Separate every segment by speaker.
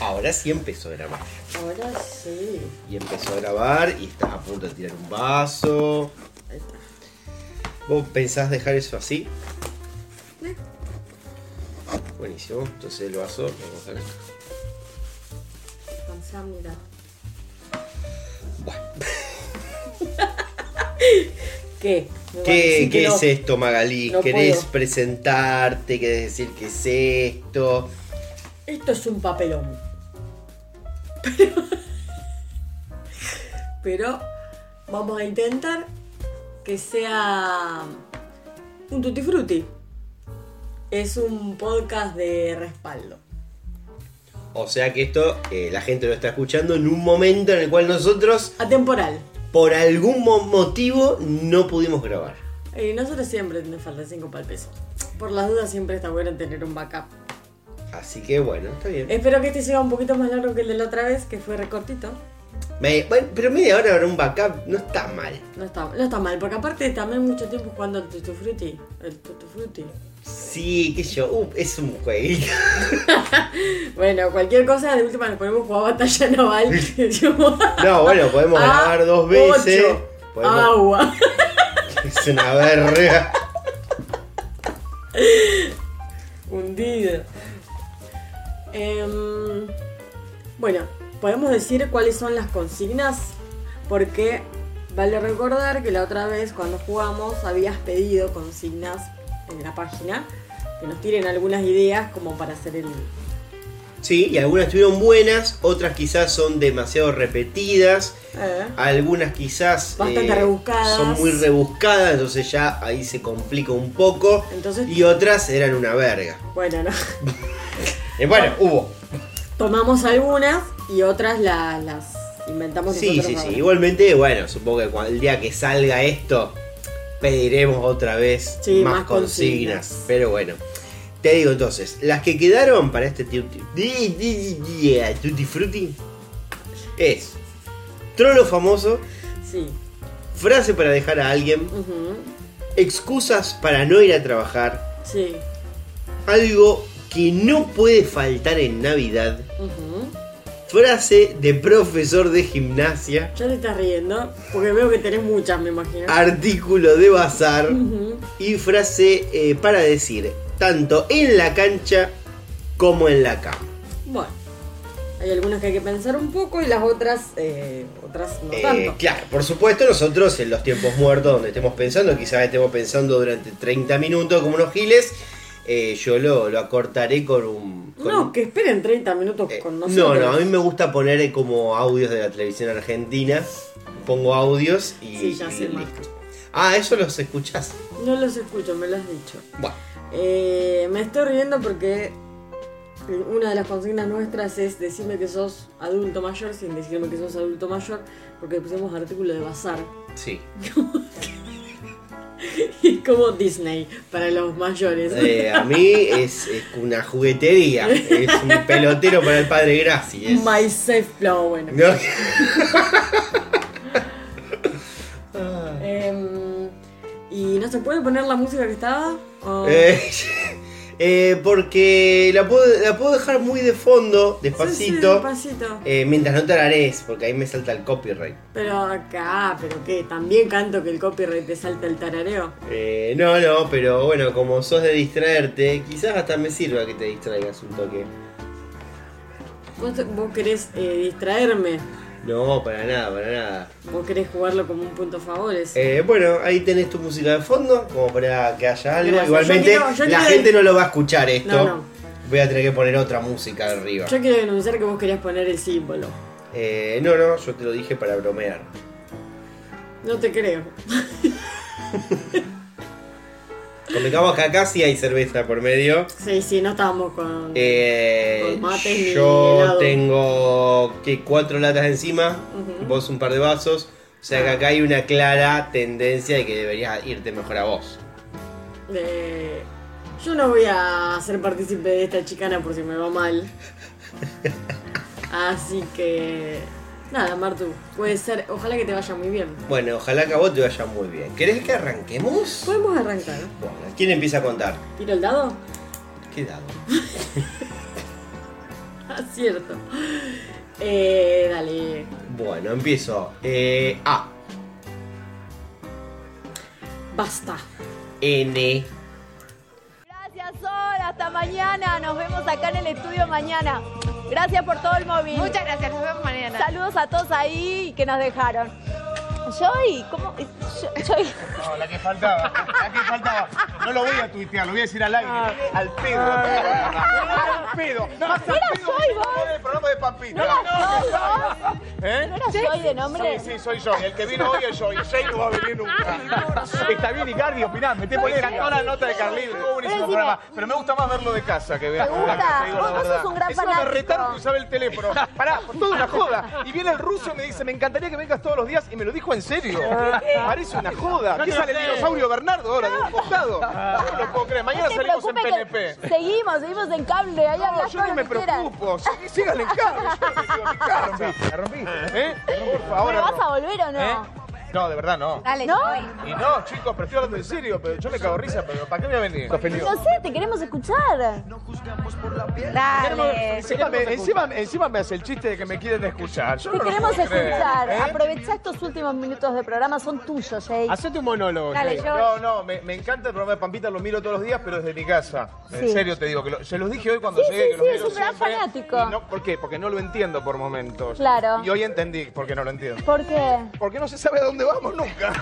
Speaker 1: Ahora sí empezó a grabar.
Speaker 2: Ahora sí.
Speaker 1: Y empezó a grabar y estás a punto de tirar un vaso.
Speaker 2: Ahí está.
Speaker 1: ¿Vos pensás dejar eso así?
Speaker 2: Eh.
Speaker 1: Buenísimo. Entonces el vaso lo vamos a dejar acá.
Speaker 2: Cansada, mira.
Speaker 1: Bueno.
Speaker 2: ¿Qué? Me van a
Speaker 1: ¿Qué,
Speaker 2: decir que
Speaker 1: qué
Speaker 2: no.
Speaker 1: es esto, Magalí?
Speaker 2: No
Speaker 1: ¿Querés
Speaker 2: puedo.
Speaker 1: presentarte? ¿Querés decir qué es esto?
Speaker 2: Esto es un papelón. Pero, pero vamos a intentar que sea un tutti frutti. Es un podcast de respaldo.
Speaker 1: O sea que esto eh, la gente lo está escuchando en un momento en el cual nosotros,
Speaker 2: Atemporal.
Speaker 1: por algún mo- motivo, no pudimos grabar.
Speaker 2: Y Eh, nosotros siempre nos falta 5 para el peso. Por las dudas siempre está bueno tener un backup.
Speaker 1: Así que bueno, está bien.
Speaker 2: Espero que este sea un poquito más largo que el de la otra vez, que fue recortito.
Speaker 1: Me- bueno, pero media hora habrá un backup, no está mal.
Speaker 2: No está, no está mal, porque aparte también mucho tiempo jugando al Tutti Frutti. El Tutti Frutti.
Speaker 1: Sí, qué yo, uh, es un jueguito.
Speaker 2: Bueno, cualquier cosa, de última nos ponemos a jugar batalla naval. Decimos,
Speaker 1: No, bueno, podemos
Speaker 2: "Ah,
Speaker 1: grabar dos veces.
Speaker 2: ocho,
Speaker 1: Podemos-
Speaker 2: Agua.
Speaker 1: Es una verga.
Speaker 2: Hundido. Em, bueno, podemos decir cuáles son las consignas, porque vale recordar que la otra vez cuando jugamos habías pedido consignas en la página que nos tiren algunas ideas como para hacer el.
Speaker 1: Sí, y algunas estuvieron buenas, otras quizás son demasiado repetidas.
Speaker 2: Eh.
Speaker 1: Algunas quizás eh,
Speaker 2: Bastante rebuscadas.
Speaker 1: son muy rebuscadas, entonces ya ahí se complica un poco.
Speaker 2: Entonces-
Speaker 1: y otras eran una verga.
Speaker 2: Bueno, no.
Speaker 1: Eh, bueno, hubo.
Speaker 2: tomamos algunas y otras la- las inventamos
Speaker 1: Sí,
Speaker 2: nosotros.
Speaker 1: sí, sí.
Speaker 2: ahora.
Speaker 1: Igualmente, bueno, supongo que cuando, el día que salga esto, pediremos otra vez
Speaker 2: Sí,
Speaker 1: más,
Speaker 2: más
Speaker 1: consignas.
Speaker 2: consignas.
Speaker 1: Pero bueno, te digo entonces, las que quedaron para este tutti, di- di- di- eh, tutti frutti es trolo famoso,
Speaker 2: Sí.
Speaker 1: frase para dejar a alguien,
Speaker 2: ujú,
Speaker 1: excusas para no ir a trabajar,
Speaker 2: Sí.
Speaker 1: algo que no puede faltar en Navidad,
Speaker 2: ujú.
Speaker 1: frase de profesor de gimnasia,
Speaker 2: Ya te estás riendo, porque veo que tenés muchas, me imagino.
Speaker 1: Ah. artículo de bazar.
Speaker 2: Ujú,
Speaker 1: y frase eh, para decir tanto en la cancha como en la cama.
Speaker 2: Bueno. Hay algunas que hay que pensar un poco y las otras, eh, otras no
Speaker 1: Eh,
Speaker 2: tanto.
Speaker 1: claro, por supuesto nosotros en los tiempos muertos donde estemos pensando, quizás estemos pensando durante 30 minutos como unos giles, eh, yo lo, lo acortaré con un... con
Speaker 2: No,
Speaker 1: un-
Speaker 2: que esperen 30 minutos
Speaker 1: eh,
Speaker 2: con
Speaker 1: no,
Speaker 2: nosotros.
Speaker 1: no, a mí me gusta poner eh, como audios de la televisión argentina, pongo audios y...
Speaker 2: Sí, ya
Speaker 1: y
Speaker 2: sé,
Speaker 1: listo.
Speaker 2: Marco.
Speaker 1: Ah, eso los escuchás.
Speaker 2: No los escucho, me lo has dicho.
Speaker 1: Bueno,
Speaker 2: Eh, me estoy riendo porque una de las consignas nuestras es decirme que sos adulto mayor sin decirme que sos adulto mayor, porque le pusimos artículo de bazar.
Speaker 1: sí.
Speaker 2: Y es como Disney para los mayores.
Speaker 1: Eh, a mí es, es una juguetería, es un pelotero para el padre Graci. es-
Speaker 2: My safe no, bueno.
Speaker 1: No.
Speaker 2: Em, ¿Y no se puede poner la música que estaba? O-
Speaker 1: Eh, eh, porque la puedo, la puedo dejar muy de fondo,
Speaker 2: Sí, sí,
Speaker 1: despacito,
Speaker 2: despacito.
Speaker 1: eh, mientras no tararees, porque ahí me salta el copyright.
Speaker 2: Pero acá, pero qué, también canto que el copyright te salta el tarareo.
Speaker 1: Eh, no, no, pero bueno, como sos de distraerte, quizás hasta me sirva que te distraigas un toque.
Speaker 2: Vos, vos querés eh, distraerme,
Speaker 1: No, para nada, para nada.
Speaker 2: vos querés jugarlo como un punto a favores.
Speaker 1: Eh, bueno, ahí tenés tu música de fondo, como para que haya algo.
Speaker 2: Gracias.
Speaker 1: Igualmente,
Speaker 2: Yo quiero- yo
Speaker 1: la
Speaker 2: quiero-
Speaker 1: gente no lo va a escuchar esto.
Speaker 2: No, no.
Speaker 1: Voy a tener que poner otra música arriba.
Speaker 2: Yo quiero denunciar que vos querías poner el símbolo.
Speaker 1: Eh, no, no, yo te lo dije para bromear.
Speaker 2: No te creo.
Speaker 1: Convengamos que acá sí hay cerveza por medio.
Speaker 2: Sí, sí, no estábamos con.
Speaker 1: Eh,
Speaker 2: Con mate ni
Speaker 1: yo
Speaker 2: helado.
Speaker 1: tengo ¿qué? cuatro latas encima,
Speaker 2: Ujú. Ah.
Speaker 1: vos un par de vasos. O sea que acá hay una clara tendencia de que deberías irte mejor a vos.
Speaker 2: eh, yo no voy a ser partícipe de esta chicana por si me va mal. Así que. Nada, Martu, puede ser. Ojalá que te vaya muy bien.
Speaker 1: Bueno, ojalá que a vos te vaya muy bien. ¿Querés que arranquemos?
Speaker 2: Podemos arrancar.
Speaker 1: Bueno, ¿quién empieza a contar?
Speaker 2: ¿Tiro el dado?
Speaker 1: ¿Qué dado?
Speaker 2: Ah, Cierto. Eh, dale.
Speaker 1: Bueno, empiezo. Eh, A.
Speaker 2: Basta.
Speaker 1: N.
Speaker 3: Gracias, Sol. Hasta mañana. Nos vemos acá en el estudio mañana. Gracias por todo el móvil.
Speaker 4: Muchas gracias, nos vemos mañana.
Speaker 3: Saludos a todos ahí que nos dejaron. Joy, ¿cómo? Yo- Joy.
Speaker 5: No, la que faltaba, la que faltaba. No lo voy a tuitear, lo voy a decir al aire. Al pedo. Al pedo. Más al
Speaker 3: era
Speaker 5: pedo
Speaker 3: Joy,
Speaker 5: que
Speaker 3: vos.
Speaker 5: en el programa de Pampita.
Speaker 3: ¿No era Joy?
Speaker 5: ¿Eh?
Speaker 3: ¿No era Joy de nombre?
Speaker 5: Sí, sí, soy yo. El que vino hoy es yo. Y Jay no va a venir nunca. Está bien, Icardi, opinás. Me
Speaker 3: Me
Speaker 5: encantó la nota de Carlín. Estuvo buenísimo el
Speaker 3: Pero encima-
Speaker 5: programa. Pero me gusta más verlo de casa que verlo
Speaker 3: gusta.
Speaker 5: de casa, digo la
Speaker 3: Vos- vos
Speaker 5: verdad.
Speaker 3: sos un gran
Speaker 5: Encima
Speaker 3: fanático.
Speaker 5: me retaron que usaba el teléfono. Pará, por toda una joda. Y viene el ruso y me dice, me encantaría que vengas todos los días. Y me lo dijo en serio.
Speaker 3: Ah.
Speaker 5: Parece una joda. ¿Qué sale el dinosaurio Bernardo ahora de un costado? No lo puedo creer. Mañana
Speaker 3: No te
Speaker 5: salimos en
Speaker 3: preocupes que
Speaker 5: PNP.
Speaker 3: Seguimos, seguimos en cable. Ahí
Speaker 5: No,
Speaker 3: hablas
Speaker 5: yo no
Speaker 3: todo
Speaker 5: me
Speaker 3: lo que quieras.
Speaker 5: preocupo. Sí, Sigan en casa. Yo no me quedo en mi casa. La rompí, la rompí. ¿Eh? Por favor,
Speaker 3: ¿Pero
Speaker 5: la
Speaker 3: vas a
Speaker 5: rompí.
Speaker 3: volver o no?
Speaker 5: ¿Eh? No, de verdad no.
Speaker 4: Dale,
Speaker 3: ¿No?
Speaker 5: Y
Speaker 4: Joy.
Speaker 5: no, chicos, pero estoy hablando en serio, pero yo me cago en risa, pero ¿para qué voy a venir?
Speaker 3: No sé, te queremos escuchar.
Speaker 4: Dale.
Speaker 5: Encima me, encima, encima me hace el chiste de que me quieren escuchar. Yo
Speaker 3: Te
Speaker 5: no lo
Speaker 3: queremos
Speaker 5: puedo creer,
Speaker 3: escuchar.
Speaker 5: ¿eh?
Speaker 3: Aprovechá estos últimos minutos de programa, son tuyos, Jay.
Speaker 5: Hacete un monólogo.
Speaker 4: Dale,
Speaker 5: Jay.
Speaker 4: yo-
Speaker 5: No, no, me, me encanta el programa de Pampita, lo miro todos los días, pero desde mi casa. En
Speaker 3: Sí.
Speaker 5: serio te digo, que lo- se los dije hoy cuando
Speaker 3: Sí,
Speaker 5: llegué.
Speaker 3: sí,
Speaker 5: que los
Speaker 3: sí,
Speaker 5: miro
Speaker 3: es un gran
Speaker 5: siempre.
Speaker 3: fanático.
Speaker 5: Y no- ¿Por qué? Porque no lo entiendo por momentos.
Speaker 3: Claro.
Speaker 5: Y hoy entendí por qué no lo entiendo.
Speaker 3: ¿Por qué?
Speaker 5: Porque no se sabe a dónde vamos nunca.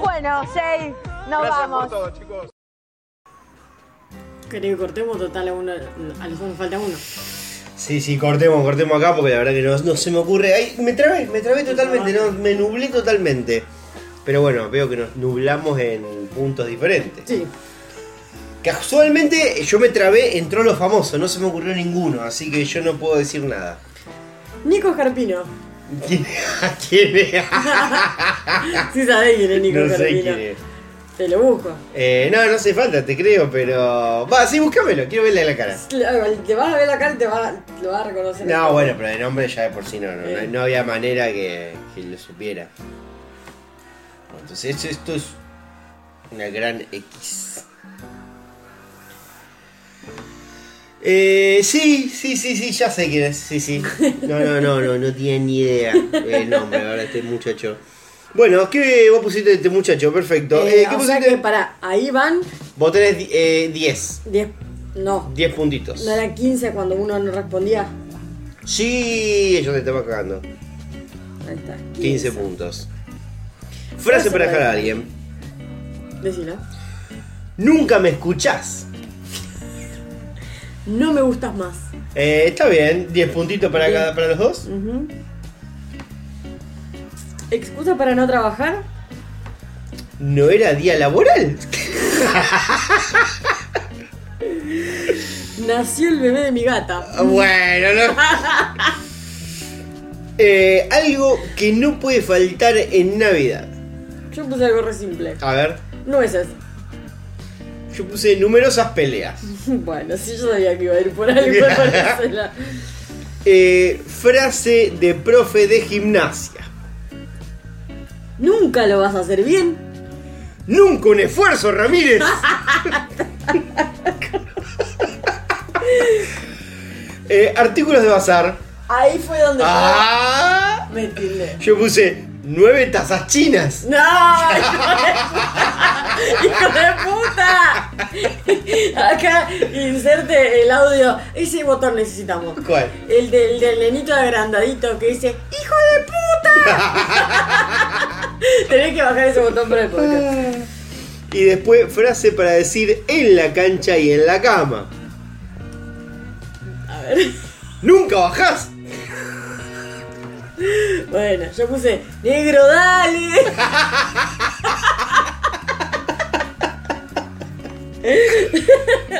Speaker 3: Bueno, Jay, nos
Speaker 5: Gracias por
Speaker 3: vamos.
Speaker 5: todo, chicos.
Speaker 2: Creo que cortemos total a uno. A los dos nos falta uno.
Speaker 1: Sí, sí, cortemos, cortemos acá porque la verdad que no, no se me ocurre. Ay, me trabé, me trabé totalmente, no, me nublé totalmente. Pero bueno, veo que nos nublamos en puntos diferentes.
Speaker 2: Sí.
Speaker 1: Casualmente yo me trabé en Trollo Famoso, no se me ocurrió ninguno, así que yo no puedo decir nada.
Speaker 2: Nico Escarpino.
Speaker 1: ¿Quién quién es?
Speaker 2: Ah. Sí sabés quién es Nico
Speaker 1: No sé
Speaker 2: Escarpino.
Speaker 1: quién es.
Speaker 2: Te lo busco.
Speaker 1: Eh, no, no hace falta, te creo, pero. Va, sí, búscamelo, quiero verle la cara.
Speaker 2: Te vas a ver la cara y te va, lo vas a reconocer.
Speaker 1: No, bueno, pero de nombre ya de por sí no, no, no- no había manera que, que lo supiera. Entonces, esto, esto es una gran X. Eh, sí, sí, sí, sí, ya sé quién es, sí, sí. No, no, no, no, no tiene ni idea el nombre ahora este muchacho. Bueno, ¿qué vos pusiste de este muchacho? Perfecto.
Speaker 2: Eh,
Speaker 1: Eh, ¿Qué
Speaker 2: o sea
Speaker 1: pusiste?
Speaker 2: que para ahí van
Speaker 1: Vos tenés di- eh, 10.
Speaker 2: 10. No,
Speaker 1: 10 puntitos.
Speaker 2: no era 15 cuando uno no respondía.
Speaker 1: Sí, yo te estaba cagando.
Speaker 2: Ahí está.
Speaker 1: 15 puntos. Frase para dejar a alguien.
Speaker 2: Decilo.
Speaker 1: Nunca me escuchás.
Speaker 2: No me gustas más.
Speaker 1: Eh, está bien, 10 puntitos para cada para los dos.
Speaker 2: Ujú. Excusa para no trabajar.
Speaker 1: No era día laboral.
Speaker 2: Nació el bebé de mi gata.
Speaker 1: bueno, no. Eh, algo que no puede faltar en Navidad.
Speaker 2: Yo puse algo re simple.
Speaker 1: A ver,
Speaker 2: Nueces.
Speaker 1: yo puse numerosas peleas.
Speaker 2: Bueno, sí, yo sabía que iba a ir por algo. por ese lado.
Speaker 1: Eh, frase de profe de gimnasia.
Speaker 2: Nunca lo vas a hacer bien.
Speaker 1: Nunca un esfuerzo, Ramírez. Eh, artículos de bazar.
Speaker 2: Ahí fue donde
Speaker 1: Ah,
Speaker 2: yo me tildé.
Speaker 1: yo puse nueve tazas chinas.
Speaker 2: ¡No! ¡Hijo de puta! Acá inserte el audio. Ese botón necesitamos.
Speaker 1: ¿Cuál?
Speaker 2: El del, del nenito agrandadito que dice ¡Hijo de puta! Tenés que bajar ese botón para el podcast.
Speaker 1: Y después frase para decir en la cancha y en la cama.
Speaker 2: A ver.
Speaker 1: Nunca bajás.
Speaker 2: Bueno, yo puse negro, dale.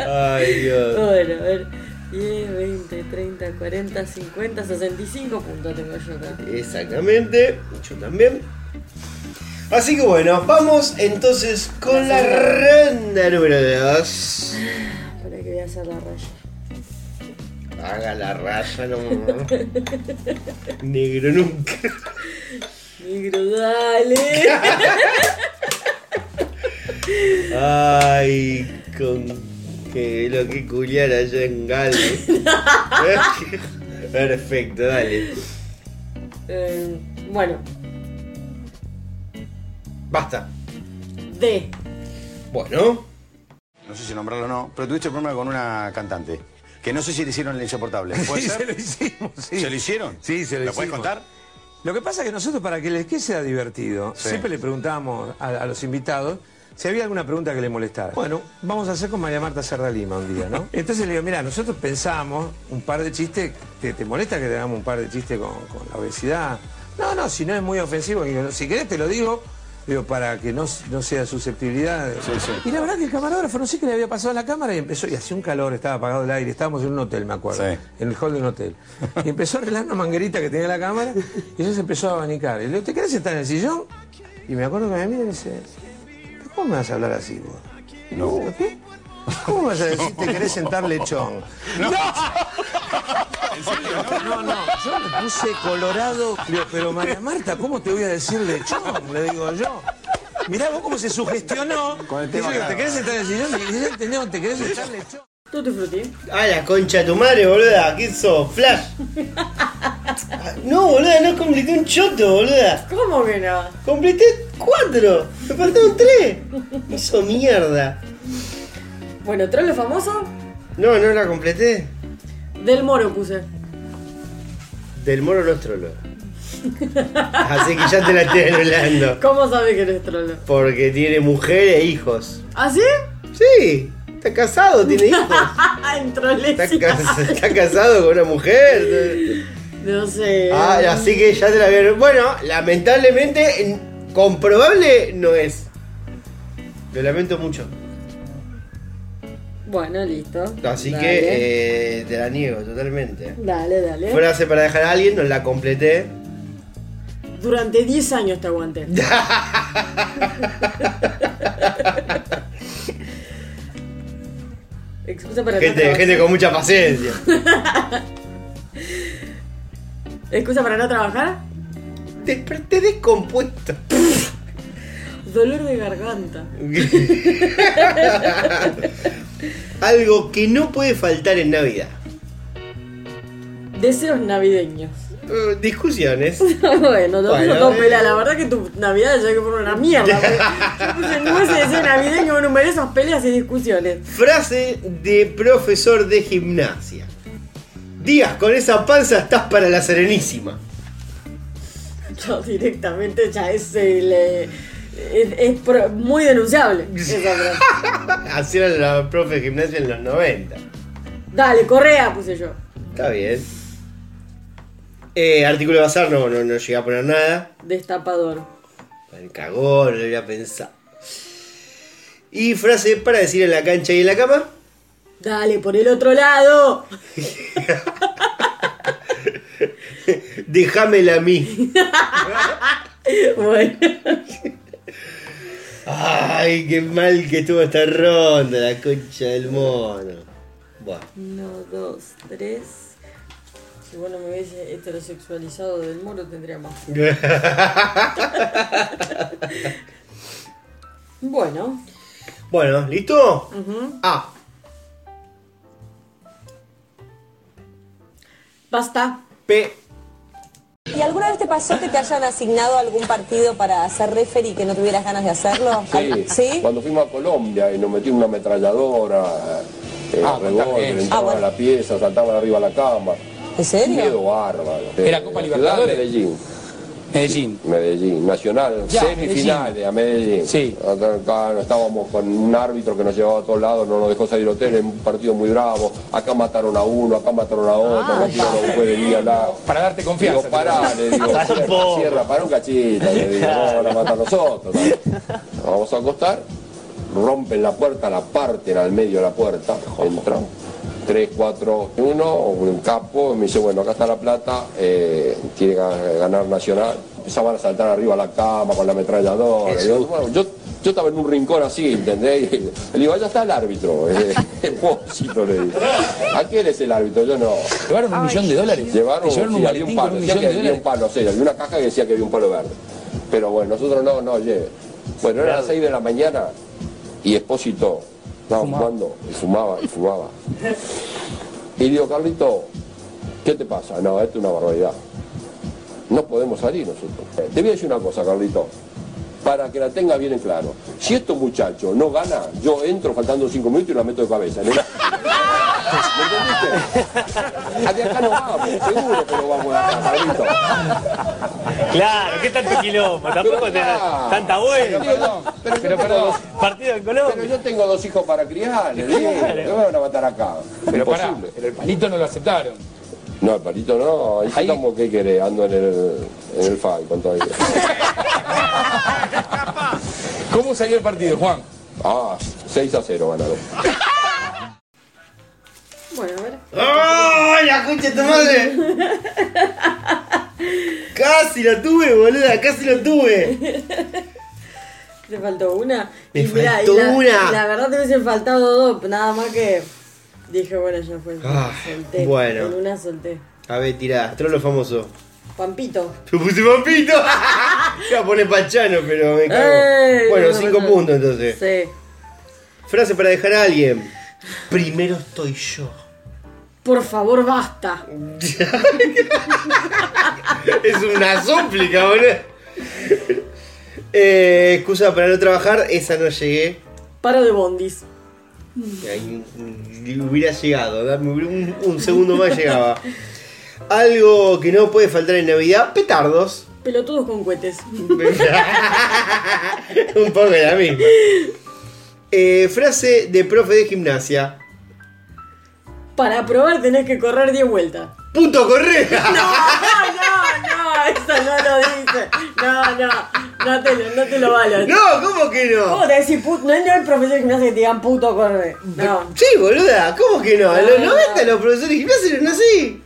Speaker 1: Ay, Dios.
Speaker 2: Bueno, a ver. 10, 20, 30, 40, 50, 65 puntos tengo yo acá.
Speaker 1: Exactamente. Yo también. Así que bueno, vamos entonces con la ronda número 2.
Speaker 2: Para que voy a hacer la raya.
Speaker 1: Haga la raya, no. Negro nunca.
Speaker 2: Negro, dale.
Speaker 1: Ay, con Que lo que culiar allá en Gales. Perfecto, dale.
Speaker 2: Eh, bueno,
Speaker 1: Basta.
Speaker 2: D.
Speaker 1: Bueno.
Speaker 4: No sé si nombrarlo o no, pero tuviste un problema con una cantante. Que no sé si le hicieron el insoportable. ¿Puede
Speaker 6: Sí,
Speaker 4: ser?
Speaker 6: se lo hicimos. Sí.
Speaker 4: ¿Se lo hicieron?
Speaker 6: Sí, se lo,
Speaker 4: ¿Lo puedes
Speaker 6: hicimos.
Speaker 4: contar?
Speaker 6: Lo que pasa es que nosotros, para que les que sea divertido,
Speaker 4: Sí.
Speaker 6: siempre le preguntábamos a, a los invitados si había alguna pregunta que le molestara. Bueno, vamos a hacer con María Marta Cerda Lima un día, ¿no? Entonces le digo, mira, nosotros pensamos un par de chistes, ¿te, te molesta que te hagamos un par de chistes con, con la obesidad? No, no, si no es muy ofensivo, digo, si querés te lo digo, digo, para que no, no sea susceptibilidad. Y la verdad que el camarógrafo no sé qué le había pasado a la cámara y empezó, y hacía un calor, estaba apagado el aire, estábamos en un hotel, me acuerdo
Speaker 4: Sí.
Speaker 6: en el hall de un hotel. Y empezó a arreglar una manguerita que tenía la cámara y ella se empezó a abanicar. Y le digo, ¿te querés sentar en el sillón? Y me acuerdo que me mira y me dice, "¿Pero ¿cómo me vas a hablar así vos?
Speaker 4: No.
Speaker 6: Digo, ¿Qué? ¿Cómo me vas a decir te querés sentar lechón? No. No, no, yo me puse colorado. Le digo, pero María Marta, ¿cómo te voy a decir lechón? Le digo yo. Mirá vos cómo se sugestionó.
Speaker 4: Con el
Speaker 6: Dice,
Speaker 4: tema, claro.
Speaker 6: ¿te querés sentar en el sillón? Y ella entendió, ¿te querés sentar lechón?
Speaker 2: Tutti frutti.
Speaker 1: A la concha de tu madre, boluda. ¿Qué sos? Flash. Ah, No, boluda, no completé un choto, boluda.
Speaker 2: ¿Cómo que no?
Speaker 1: Completé cuatro. Me faltaron tres. Hizo mierda.
Speaker 2: Bueno, trolo famoso.
Speaker 1: No, no la completé.
Speaker 2: Del Moro puse.
Speaker 1: Del moro no es trolo. Así que ya te la estoy anulando.
Speaker 2: ¿Cómo sabes que eres trolo?
Speaker 1: Porque tiene mujer e hijos.
Speaker 2: ¿Ah, sí?
Speaker 1: Sí, está casado, tiene hijos.
Speaker 2: en trolesia.
Speaker 1: Está, cas- está casado con una mujer.
Speaker 2: No sé.
Speaker 1: Ah, así que ya te la vieron. Bueno, lamentablemente, en- comprobable no es. Lo lamento mucho.
Speaker 2: Bueno, listo.
Speaker 1: Así
Speaker 2: Dale.
Speaker 1: que eh, te la niego totalmente.
Speaker 2: Dale, dale.
Speaker 1: Frase para dejar a alguien, no la completé.
Speaker 2: Durante 10 años te aguanté. Excusa para no
Speaker 1: Gente,
Speaker 2: trabajar.
Speaker 1: gente con mucha paciencia.
Speaker 2: Excusa para no trabajar.
Speaker 1: Desperté descompuesto.
Speaker 2: Dolor de garganta.
Speaker 1: Algo que no puede faltar en Navidad.
Speaker 2: Deseos navideños.
Speaker 1: Eh, discusiones.
Speaker 2: bueno, no
Speaker 1: Bueno,
Speaker 2: puso todo
Speaker 1: eh.
Speaker 2: pela. La verdad que tu Navidad ya que fueron una mierda. porque Yo puse nubes y deseo navideño, bueno, me esas peleas y discusiones.
Speaker 1: Frase de profesor de gimnasia. Díaz, con esa panza estás para la serenísima.
Speaker 2: Yo directamente ya es el, eh, Es, es pro- muy denunciable esa frase.
Speaker 1: Así era la profe de gimnasia en los 90.
Speaker 2: Dale, correa, puse yo.
Speaker 1: Está bien. Eh, artículo de bazar no, no, no llegué a poner nada.
Speaker 2: Destapador.
Speaker 1: El cagón, no lo había pensado. Y frase para decir en la cancha y en la cama.
Speaker 2: Dale, por el otro lado.
Speaker 1: Déjamela a mí.
Speaker 2: Bueno,
Speaker 1: Ay, qué mal que estuvo esta ronda, la concha del mono. Bueno,
Speaker 2: uno, dos, tres. Si vos no me hubiese heterosexualizado del muro, tendría más. bueno,
Speaker 1: bueno ¿listo? Ah,
Speaker 2: basta.
Speaker 1: P.
Speaker 7: ¿Y alguna vez te pasó que te hayan asignado algún partido para hacer referee y que no tuvieras ganas de hacerlo?
Speaker 8: Sí,
Speaker 7: ¿Sí?
Speaker 8: cuando fuimos a Colombia y nos metieron una ametralladora, eh,
Speaker 5: Ah,
Speaker 8: revólver,
Speaker 5: también.
Speaker 8: entraban
Speaker 7: Ah, bueno.
Speaker 8: a la pieza, saltaban arriba a la cama.
Speaker 7: ¿En
Speaker 8: Un miedo
Speaker 7: serio?
Speaker 8: bárbaro.
Speaker 5: ¿Era
Speaker 8: Eh,
Speaker 5: Copa
Speaker 8: la ciudad de
Speaker 5: Libertadores?
Speaker 8: Medellín,
Speaker 5: Medellín.
Speaker 8: Medellín, Nacional,
Speaker 5: Ya,
Speaker 8: semifinales a Medellín.
Speaker 5: Sí.
Speaker 8: Acá estábamos con un árbitro que nos llevaba a todos lados, no nos dejó salir del hotel, en un partido muy bravo. Acá mataron a uno, acá mataron a otro,
Speaker 7: Ah,
Speaker 8: acá tiraron un juez de día al lado.
Speaker 5: Para darte
Speaker 8: Digo,
Speaker 5: confianza.
Speaker 8: pará, le digo,
Speaker 1: poco.
Speaker 8: cierra, cierra, pará un cachito, le digo, no, van a matar a nosotros. ¿sabes? Nos vamos a acostar, rompen la puerta, la parten al medio de la puerta, entran. 3, 4, 1, un capo, y me dice, bueno, acá está la plata, eh, quiere ga- ganar Nacional. Empezaban a saltar arriba a la cama con la ametralladora. Y yo, bueno, yo, yo estaba en un rincón así, ¿entendés? Y le digo, allá está el árbitro. eh, Pósito, le digo. ¿A quién es el árbitro? Yo no.
Speaker 5: ¿Llevaron un millón de dólares?
Speaker 8: Llevaron,
Speaker 5: Llevaron un
Speaker 8: sí, había
Speaker 5: maletín con
Speaker 8: un palo,
Speaker 5: un
Speaker 8: decía
Speaker 5: millón
Speaker 8: que
Speaker 5: de
Speaker 8: había
Speaker 5: dólares.
Speaker 8: un palo, sí, había una caja que decía que había un palo verde. Pero bueno, nosotros no, no, oye. Bueno, eran las 6 de la mañana y Espósito No,
Speaker 5: Fumaba.
Speaker 8: fumando, y fumaba, y fumaba. Y le digo, Carlito, ¿qué te pasa? No, esto es una barbaridad. No podemos salir nosotros. Eh, Te voy a decir una cosa, Carlito, para que la tenga bien en claro. Si estos muchachos no gana, yo entro faltando cinco minutos y la meto de cabeza. ¿no? ¿Me entendiste? De acá no vamos, seguro que no vamos de acá, Carlito.
Speaker 6: Claro, qué tanto quilombo, tampoco
Speaker 8: Pero
Speaker 6: te da
Speaker 8: pará.
Speaker 6: tanta
Speaker 8: Pero,
Speaker 6: vuelta.
Speaker 8: perdón, pero, yo tengo dos-
Speaker 6: Partido en
Speaker 8: pero
Speaker 6: Colombia.
Speaker 8: yo tengo dos hijos para criar, le digo, ¿qué me van a matar acá?
Speaker 5: Pero pará,
Speaker 8: Imposible.
Speaker 5: pero el palito no lo aceptaron.
Speaker 8: No, el palito no, ahí
Speaker 5: Ahí-
Speaker 8: estamos, ¿qué querés? Ando en el, en el Falcon todavía.
Speaker 5: ¿Cómo salió el partido, Juan?
Speaker 8: Ah, 6 a 0 ganaron.
Speaker 2: Bueno, a ver.
Speaker 1: ¡Oh, la concha de tu madre! Casi lo tuve, boluda, casi lo tuve.
Speaker 2: Te faltó una.
Speaker 1: Me
Speaker 2: mirá,
Speaker 1: faltó
Speaker 2: la,
Speaker 1: una.
Speaker 2: La verdad te hubiesen faltado dos, nada más que dije, bueno, ya fue.
Speaker 1: Ah,
Speaker 2: solté.
Speaker 1: bueno.
Speaker 2: En una solté.
Speaker 1: A ver, tirá, trolo famoso.
Speaker 2: Pampito.
Speaker 1: Te puse papito. Iba a poner pachano, pero me cago.
Speaker 2: Ey,
Speaker 1: bueno,
Speaker 2: no, no,
Speaker 1: cinco
Speaker 2: no.
Speaker 1: puntos entonces.
Speaker 2: Sí.
Speaker 1: Frase para dejar a alguien. Primero estoy yo.
Speaker 2: Por favor, basta.
Speaker 1: Es una súplica, boludo. Eh, excusa para no trabajar, esa no llegué.
Speaker 2: Paro de bondis.
Speaker 1: Ay, hubiera llegado, dame un, un segundo más llegaba. Algo que no puede faltar en Navidad, petardos.
Speaker 2: Pelotudos con cohetes.
Speaker 1: un poco la misma. Eh, frase de profe de gimnasia.
Speaker 2: Para probar tenés que correr 10 vueltas.
Speaker 1: ¡Puto correa!
Speaker 2: No, no, no, eso no lo dice. No, no, no te lo, no te lo valo.
Speaker 1: No, ¿cómo que
Speaker 2: ¿Cómo
Speaker 1: no?
Speaker 2: te decís puto? No es el profesor de gimnasia que te digan puto corre. No.
Speaker 1: Sí, boluda, ¿cómo que no? En los 90 los profesores de gimnasia eran así.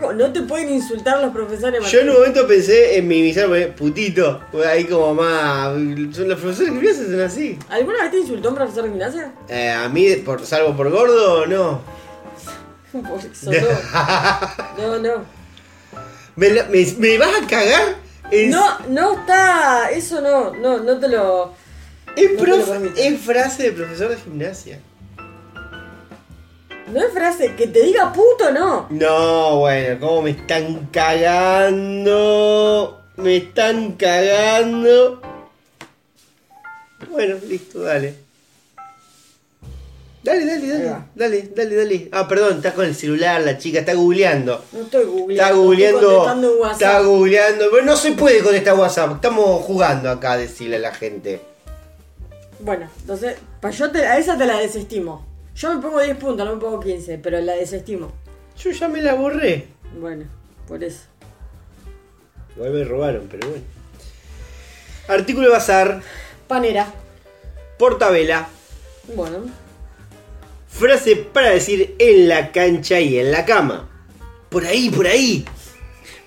Speaker 2: No, No te pueden insultar los profesores.
Speaker 1: Yo en un
Speaker 2: Martín.
Speaker 1: momento pensé en minimizar, poner putito. Ahí como más. Son los profesores de gimnasia son así.
Speaker 2: ¿Alguna vez te insultó un profesor de gimnasia?
Speaker 1: Eh, a mí, por, salvo por gordo, no.
Speaker 2: Por eso no. No, no.
Speaker 1: ¿Me, la- me, me vas a cagar? Es,
Speaker 2: No, no está. Eso no, no, no te lo.
Speaker 1: es,
Speaker 2: no te
Speaker 1: prof-
Speaker 2: lo permito.
Speaker 1: es frase de profesor de gimnasia.
Speaker 2: No es frase. Que te diga puto, no.
Speaker 1: No, bueno, ¿cómo me están cagando? Me están cagando. Bueno, listo, dale. Dale, dale,
Speaker 2: Ahí
Speaker 1: dale.
Speaker 2: va.
Speaker 1: Dale, dale, dale. Ah, perdón, estás con el celular, la chica, está googleando.
Speaker 2: No estoy googleando.
Speaker 1: Está
Speaker 2: Estoy contestando
Speaker 1: googleando.
Speaker 2: un WhatsApp.
Speaker 1: Está googleando. Pero no se puede contestar WhatsApp. Estamos jugando acá, decirle a la gente.
Speaker 2: Bueno, entonces, pa, yo te- a esa te la desestimo. Yo me pongo 10 puntos, no me pongo 15, pero la desestimo.
Speaker 1: Yo ya me la borré.
Speaker 2: Bueno, por eso.
Speaker 1: Igual me robaron, pero bueno. Artículo de bazar.
Speaker 2: Panera.
Speaker 1: Portabela.
Speaker 2: Bueno,
Speaker 1: Frase para decir en la cancha y en la cama. Por ahí, por ahí.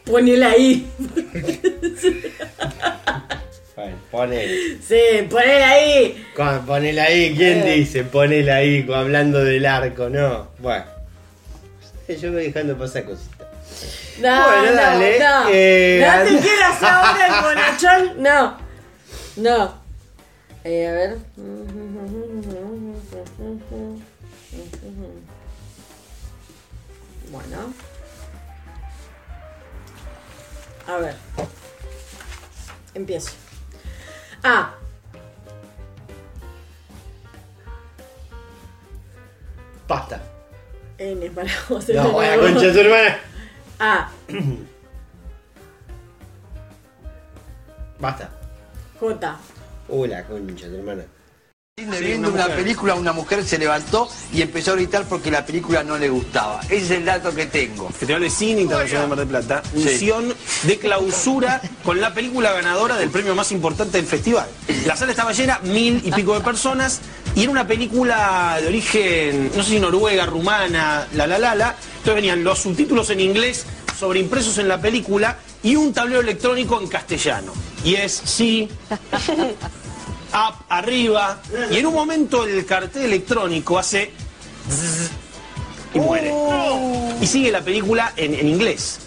Speaker 2: ponela ahí.
Speaker 1: Bueno, ponele.
Speaker 2: Sí, ponela ahí.
Speaker 1: Cuando- Ponele ahí, ¿quién
Speaker 2: Eh.
Speaker 1: dice? Ponele ahí, cu- hablando del arco, no. Bueno. Eh, Yo voy dejando pasar cositas.
Speaker 2: No,
Speaker 1: Bueno,
Speaker 2: no,
Speaker 1: dale.
Speaker 2: no.
Speaker 1: Eh,
Speaker 2: no te
Speaker 1: anda.
Speaker 2: quieras ahora el bonachón. No. No. Eh, a ver. Bueno. A ver. Empiezo. Ah.
Speaker 1: Pasta.
Speaker 2: N para vos.
Speaker 1: No, voy a concha de tu hermana.
Speaker 2: A.
Speaker 1: Basta.
Speaker 2: J.
Speaker 1: Uy, la concha de tu hermana.
Speaker 9: Viendo una película, una mujer se levantó y empezó a gritar porque la película no le gustaba. Ese es el dato que tengo.
Speaker 6: Festival de Cine Internacional de Mar del Plata, unción de clausura con la película ganadora del premio más importante del festival. La sala estaba llena, mil y pico de personas, y era una película de origen, no sé si noruega, rumana, la la la la. Entonces venían los subtítulos en inglés sobreimpresos en la película y un tablero electrónico en castellano. Y es sí, up, arriba, y en un momento el cartel electrónico hace zzz y muere. Y sigue la película en, en inglés.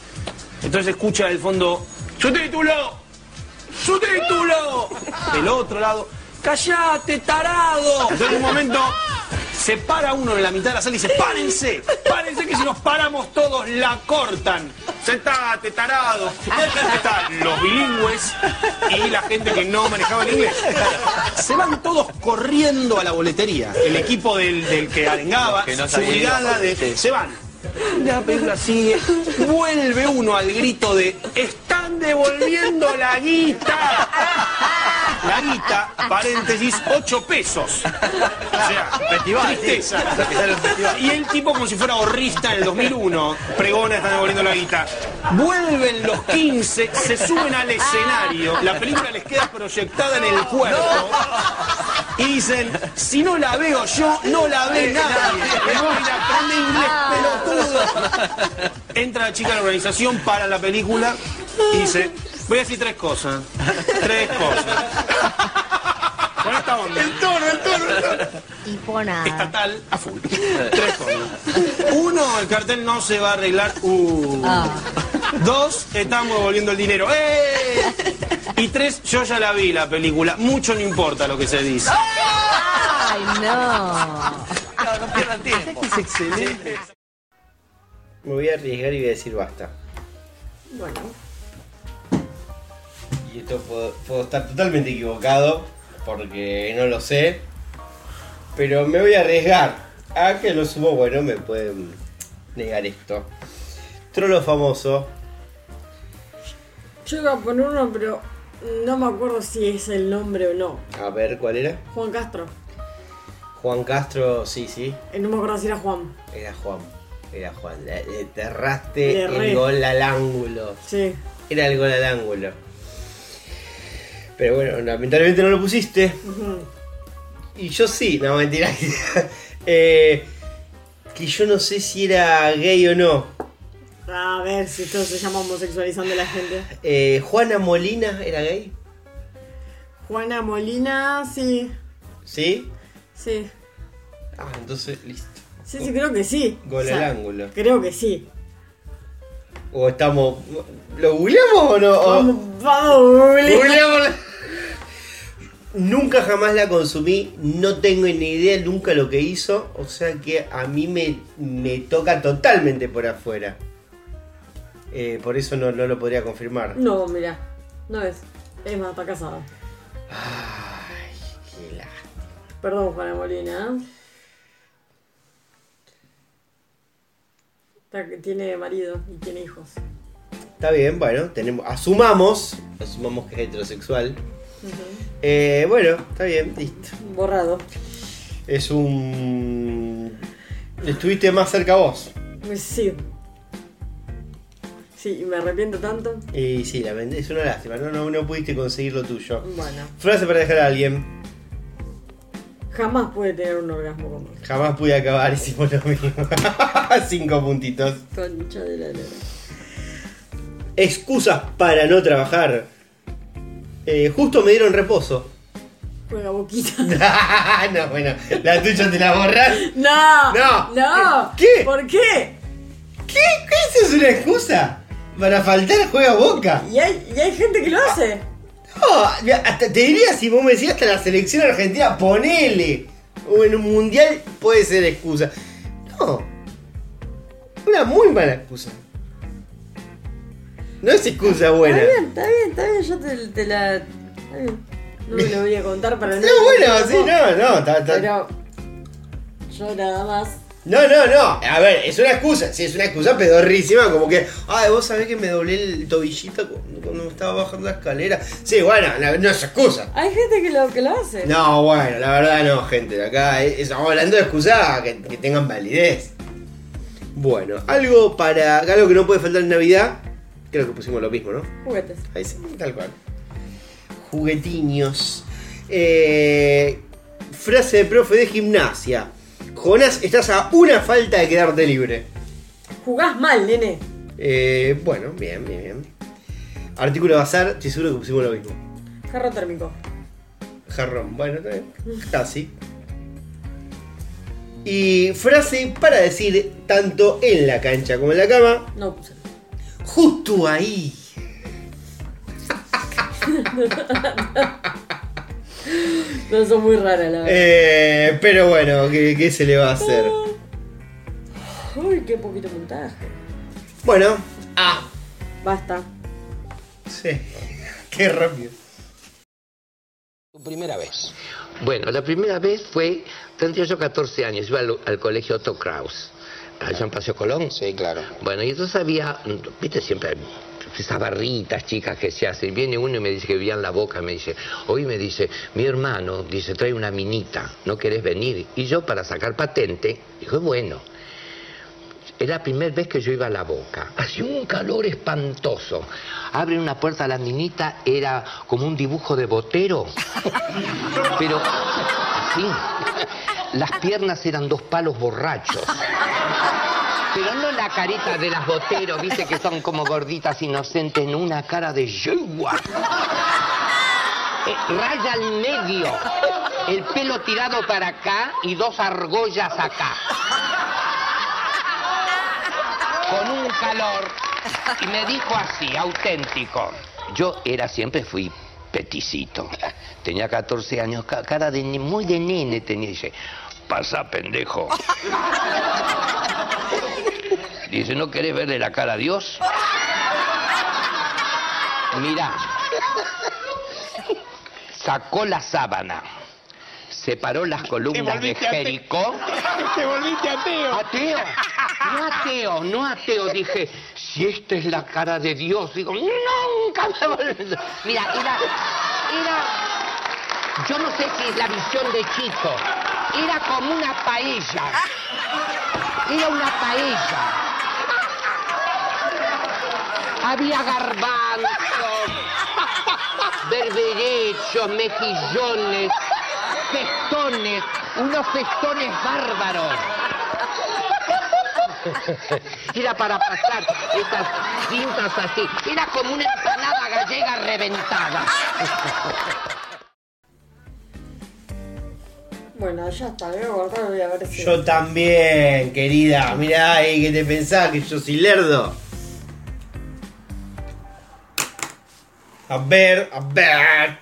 Speaker 6: Entonces escucha del fondo, ¡subtítulo! ¡subtítulo! Del otro lado, ¡cállate, tarado! Entonces en un momento Se para uno en la mitad de la sala y dice, párense, párense que si nos paramos todos la cortan. Sentate, tarado. Están los bilingües y la gente que no manejaba el inglés. Se van todos corriendo a la boletería. El equipo del, del que arengaba,
Speaker 4: Los que no
Speaker 6: su
Speaker 4: sabían.
Speaker 6: brigada de... Se van. La película sigue. Vuelve uno al grito de ¡Están devolviendo la guita! La guita, paréntesis, 8 pesos. O sea,
Speaker 4: Festival,
Speaker 6: tristeza.
Speaker 4: sí. Empezar el festival.
Speaker 6: Y el tipo como si fuera horrista en el 2001, pregona, están devolviendo la guita. Vuelven los 15, se suben al escenario, la película les queda proyectada en el cuerpo. Y dicen, si no la veo yo, no la ve nadie. Aprende inglés, pelotudo. Entra la chica de la organización, para la película y dice, voy a decir tres cosas. Tres cosas. Con esta onda. El tono, el tono,
Speaker 10: Tipo nada.
Speaker 6: Estatal a full. Tres cosas. Uno, el cartel no se va a arreglar. Uh. Dos, estamos devolviendo el dinero. ¡Eh! Y tres, yo ya la vi la película. Mucho no importa lo que se dice.
Speaker 4: Ay, no. No, no pierdan tiempo.
Speaker 6: Es excelente.
Speaker 1: Me voy a arriesgar y voy a decir basta.
Speaker 2: Bueno,
Speaker 1: Y esto puedo, puedo estar totalmente equivocado porque no lo sé. Pero me voy a arriesgar a que lo sumo, bueno, me pueden negar esto. Trolo famoso.
Speaker 2: yo iba a poner uno, pero no me acuerdo si es el nombre o no.
Speaker 1: A ver, ¿cuál era?
Speaker 2: Juan Castro.
Speaker 1: Juan Castro, sí, sí.
Speaker 2: Eh, No me acuerdo si era Juan.
Speaker 1: Era Juan. Era Juan. Le, le enterraste
Speaker 2: Le re.
Speaker 1: el gol al ángulo.
Speaker 2: Sí.
Speaker 1: Era el gol al ángulo. Pero bueno, lamentablemente no lo pusiste.
Speaker 2: Ujú.
Speaker 1: Y yo sí, no mentira. Eh, que yo no sé si era gay o no.
Speaker 2: A ver si esto se llama homosexualizando a la gente.
Speaker 1: Eh, Juana Molina era gay,
Speaker 2: Juana Molina, sí.
Speaker 1: ¿sí?
Speaker 2: Sí.
Speaker 1: Ah, entonces listo.
Speaker 2: Sí, sí, creo que sí.
Speaker 1: Gol
Speaker 2: O sea,
Speaker 1: al ángulo.
Speaker 2: Creo que sí.
Speaker 1: O estamos. ¿Lo googleamos o no? O-
Speaker 2: Vamos, vamos, Google.
Speaker 1: Googleamos la- Nunca jamás la consumí, no tengo ni idea nunca lo que hizo, o sea que a mí me, me toca totalmente por afuera. Eh, por eso no, no lo podría confirmar.
Speaker 2: No, mira. No es. Es más, está casada.
Speaker 1: Qué la-
Speaker 2: Perdón, Juana Molina. Está que Tiene marido y tiene hijos.
Speaker 1: Está bien, bueno, tenemos, asumamos, asumamos que es heterosexual.
Speaker 2: Ujú.
Speaker 1: Eh, bueno, está bien, listo.
Speaker 2: Borrado.
Speaker 1: Es un... Estuviste más cerca vos.
Speaker 2: Pues sí. Sí, y me arrepiento tanto.
Speaker 1: Y sí, la vend- es una lástima, no, no, no pudiste conseguir lo tuyo.
Speaker 2: Bueno.
Speaker 1: Frase para dejar a alguien.
Speaker 2: Jamás puede tener un orgasmo como
Speaker 1: Jamás pude acabar, hicimos lo mismo. Cinco puntitos.
Speaker 2: Concha de la lora.
Speaker 1: Excusas para no trabajar. Eh, justo me dieron reposo.
Speaker 2: Juega boquita.
Speaker 1: no, bueno, la tuya te la borras.
Speaker 2: ¡No!
Speaker 1: No.
Speaker 2: ¡No!
Speaker 1: ¿Qué?
Speaker 2: ¿Por qué?
Speaker 1: ¿Qué? ¿Qué? ¿Eso es una excusa? Para faltar juega boca.
Speaker 2: Y hay, y hay gente que lo
Speaker 1: Ah,
Speaker 2: hace.
Speaker 1: No, mira, hasta te diría si vos me decías hasta la selección argentina, ponele. O en un mundial puede ser excusa. No. Una muy mala excusa. No es excusa buena.
Speaker 2: Está bien, está bien, está bien. Yo te, te la. Está bien. No me lo voy a contar para
Speaker 1: No, bueno, sí, no, no, está- está-
Speaker 2: Pero. Yo nada más.
Speaker 1: No, no, no. A ver, es una excusa. Sí, es una excusa pedorrísima. Como que, ay, vos sabés que me doblé el tobillito cu- cuando me estaba bajando la escalera. Sí, bueno, la- no es excusa.
Speaker 2: Hay gente que lo, que lo hace.
Speaker 1: No, bueno, la verdad no, gente. Acá eh, estamos hablando de excusas que, que tengan validez. Bueno, algo para. Algo que no puede faltar en Navidad. Creo que pusimos lo mismo, ¿no?
Speaker 2: Juguetes.
Speaker 1: Ahí sí, tal cual. Juguetiños. Eh, frase de profe de gimnasia. Jonás, estás a una falta de quedarte libre.
Speaker 2: Jugás mal, nene.
Speaker 1: Eh, bueno, bien, bien, bien. Artículo bazar, estoy seguro que pusimos lo mismo.
Speaker 2: Jarro térmico.
Speaker 1: Jarrón, bueno, está bien. casi. Y frase para decir tanto en la cancha como en la cama.
Speaker 2: No puse.
Speaker 1: Justo ahí.
Speaker 2: No son muy raras, la verdad.
Speaker 1: Eh, pero bueno, ¿qué, qué se le va a hacer?
Speaker 2: Uy, qué poquito montaje.
Speaker 1: Bueno, ah,
Speaker 2: Basta.
Speaker 1: sí. Qué rápido.
Speaker 6: Tu primera vez. Bueno, la primera vez fue, tendría yo 14 años, iba al, al colegio Otto Kraus, allá en Paseo Colón. Sí, claro. Bueno, y entonces había, mm, viste, siempre hay esas barritas chicas que se hacen. Viene uno y me dice que vivían la boca, me dice, hoy me dice, mi hermano, dice, trae una minita, ¿no querés venir? Y yo para sacar patente, dijo, bueno. Era la primera vez que yo iba a la boca. Hacía un calor espantoso. Abren una puerta a la minita, era como un dibujo de botero. Pero, sí, las piernas eran dos palos borrachos. Pero no la carita de las boteros, viste que son como gorditas inocentes, en una cara de yegua. Eh, raya al medio, el pelo tirado para acá y dos argollas acá. Con un calor. Y me dijo así, auténtico. Yo era siempre fui peticito. Tenía 14 años, ca- cara de ni- muy de nene tenía. Y Dice, pasa pendejo. Dice, ¿no querés verle la cara a Dios? Mirá. Sacó la sábana. Separó las columnas de
Speaker 11: volviste ateo.
Speaker 6: Jericó.
Speaker 11: Te volviste ateo.
Speaker 6: Ateo. No ateo, no ateo. Dije, si esta es la cara de Dios, digo, nunca me volveré. Mira, era, era, yo no sé si es la visión de chico. Era como una paella. Era una paella. Había garbanzos, berberechos, mejillones, festones, unos festones bárbaros. Era para pasar esas cintas así. Era como una ensalada gallega reventada.
Speaker 2: Bueno, ya está, voy a guardar, voy a ver si.
Speaker 1: Yo también, querida. Mirá ahí que te pensás que yo soy lerdo. A ver, a ver.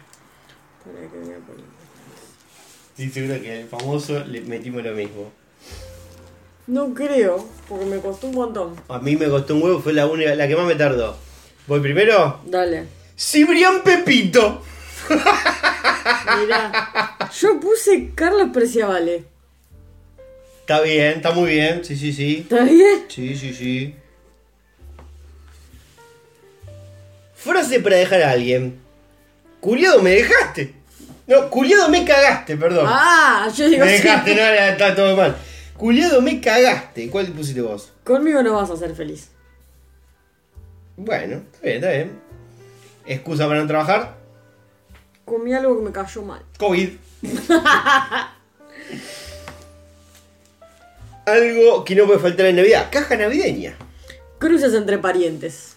Speaker 1: Sí, seguro que el famoso le metimos lo mismo.
Speaker 2: No creo, porque me costó un montón.
Speaker 1: A mí me costó un huevo, fue la única, la que más me tardó. ¿Voy primero?
Speaker 2: Dale.
Speaker 1: Cibrián Pepito.
Speaker 2: Mirá, yo puse Carlos Preciavale.
Speaker 1: Está bien, está muy bien. Sí, sí, sí.
Speaker 2: ¿Está bien?
Speaker 1: Sí, sí, sí. Frase para dejar a alguien. Culiado me dejaste. No, culiado me cagaste, perdón.
Speaker 2: Ah, yo digo
Speaker 1: Me
Speaker 2: sí.
Speaker 1: dejaste, no, era- está todo mal. Culiado me cagaste. ¿Cuál pusiste vos?
Speaker 2: Conmigo no vas a ser feliz.
Speaker 1: Bueno, está bien, está bien. Excusa para no trabajar.
Speaker 2: Comí algo que me cayó mal.
Speaker 1: COVID. Algo que no puede faltar en Navidad. Caja navideña.
Speaker 2: Cruces entre parientes.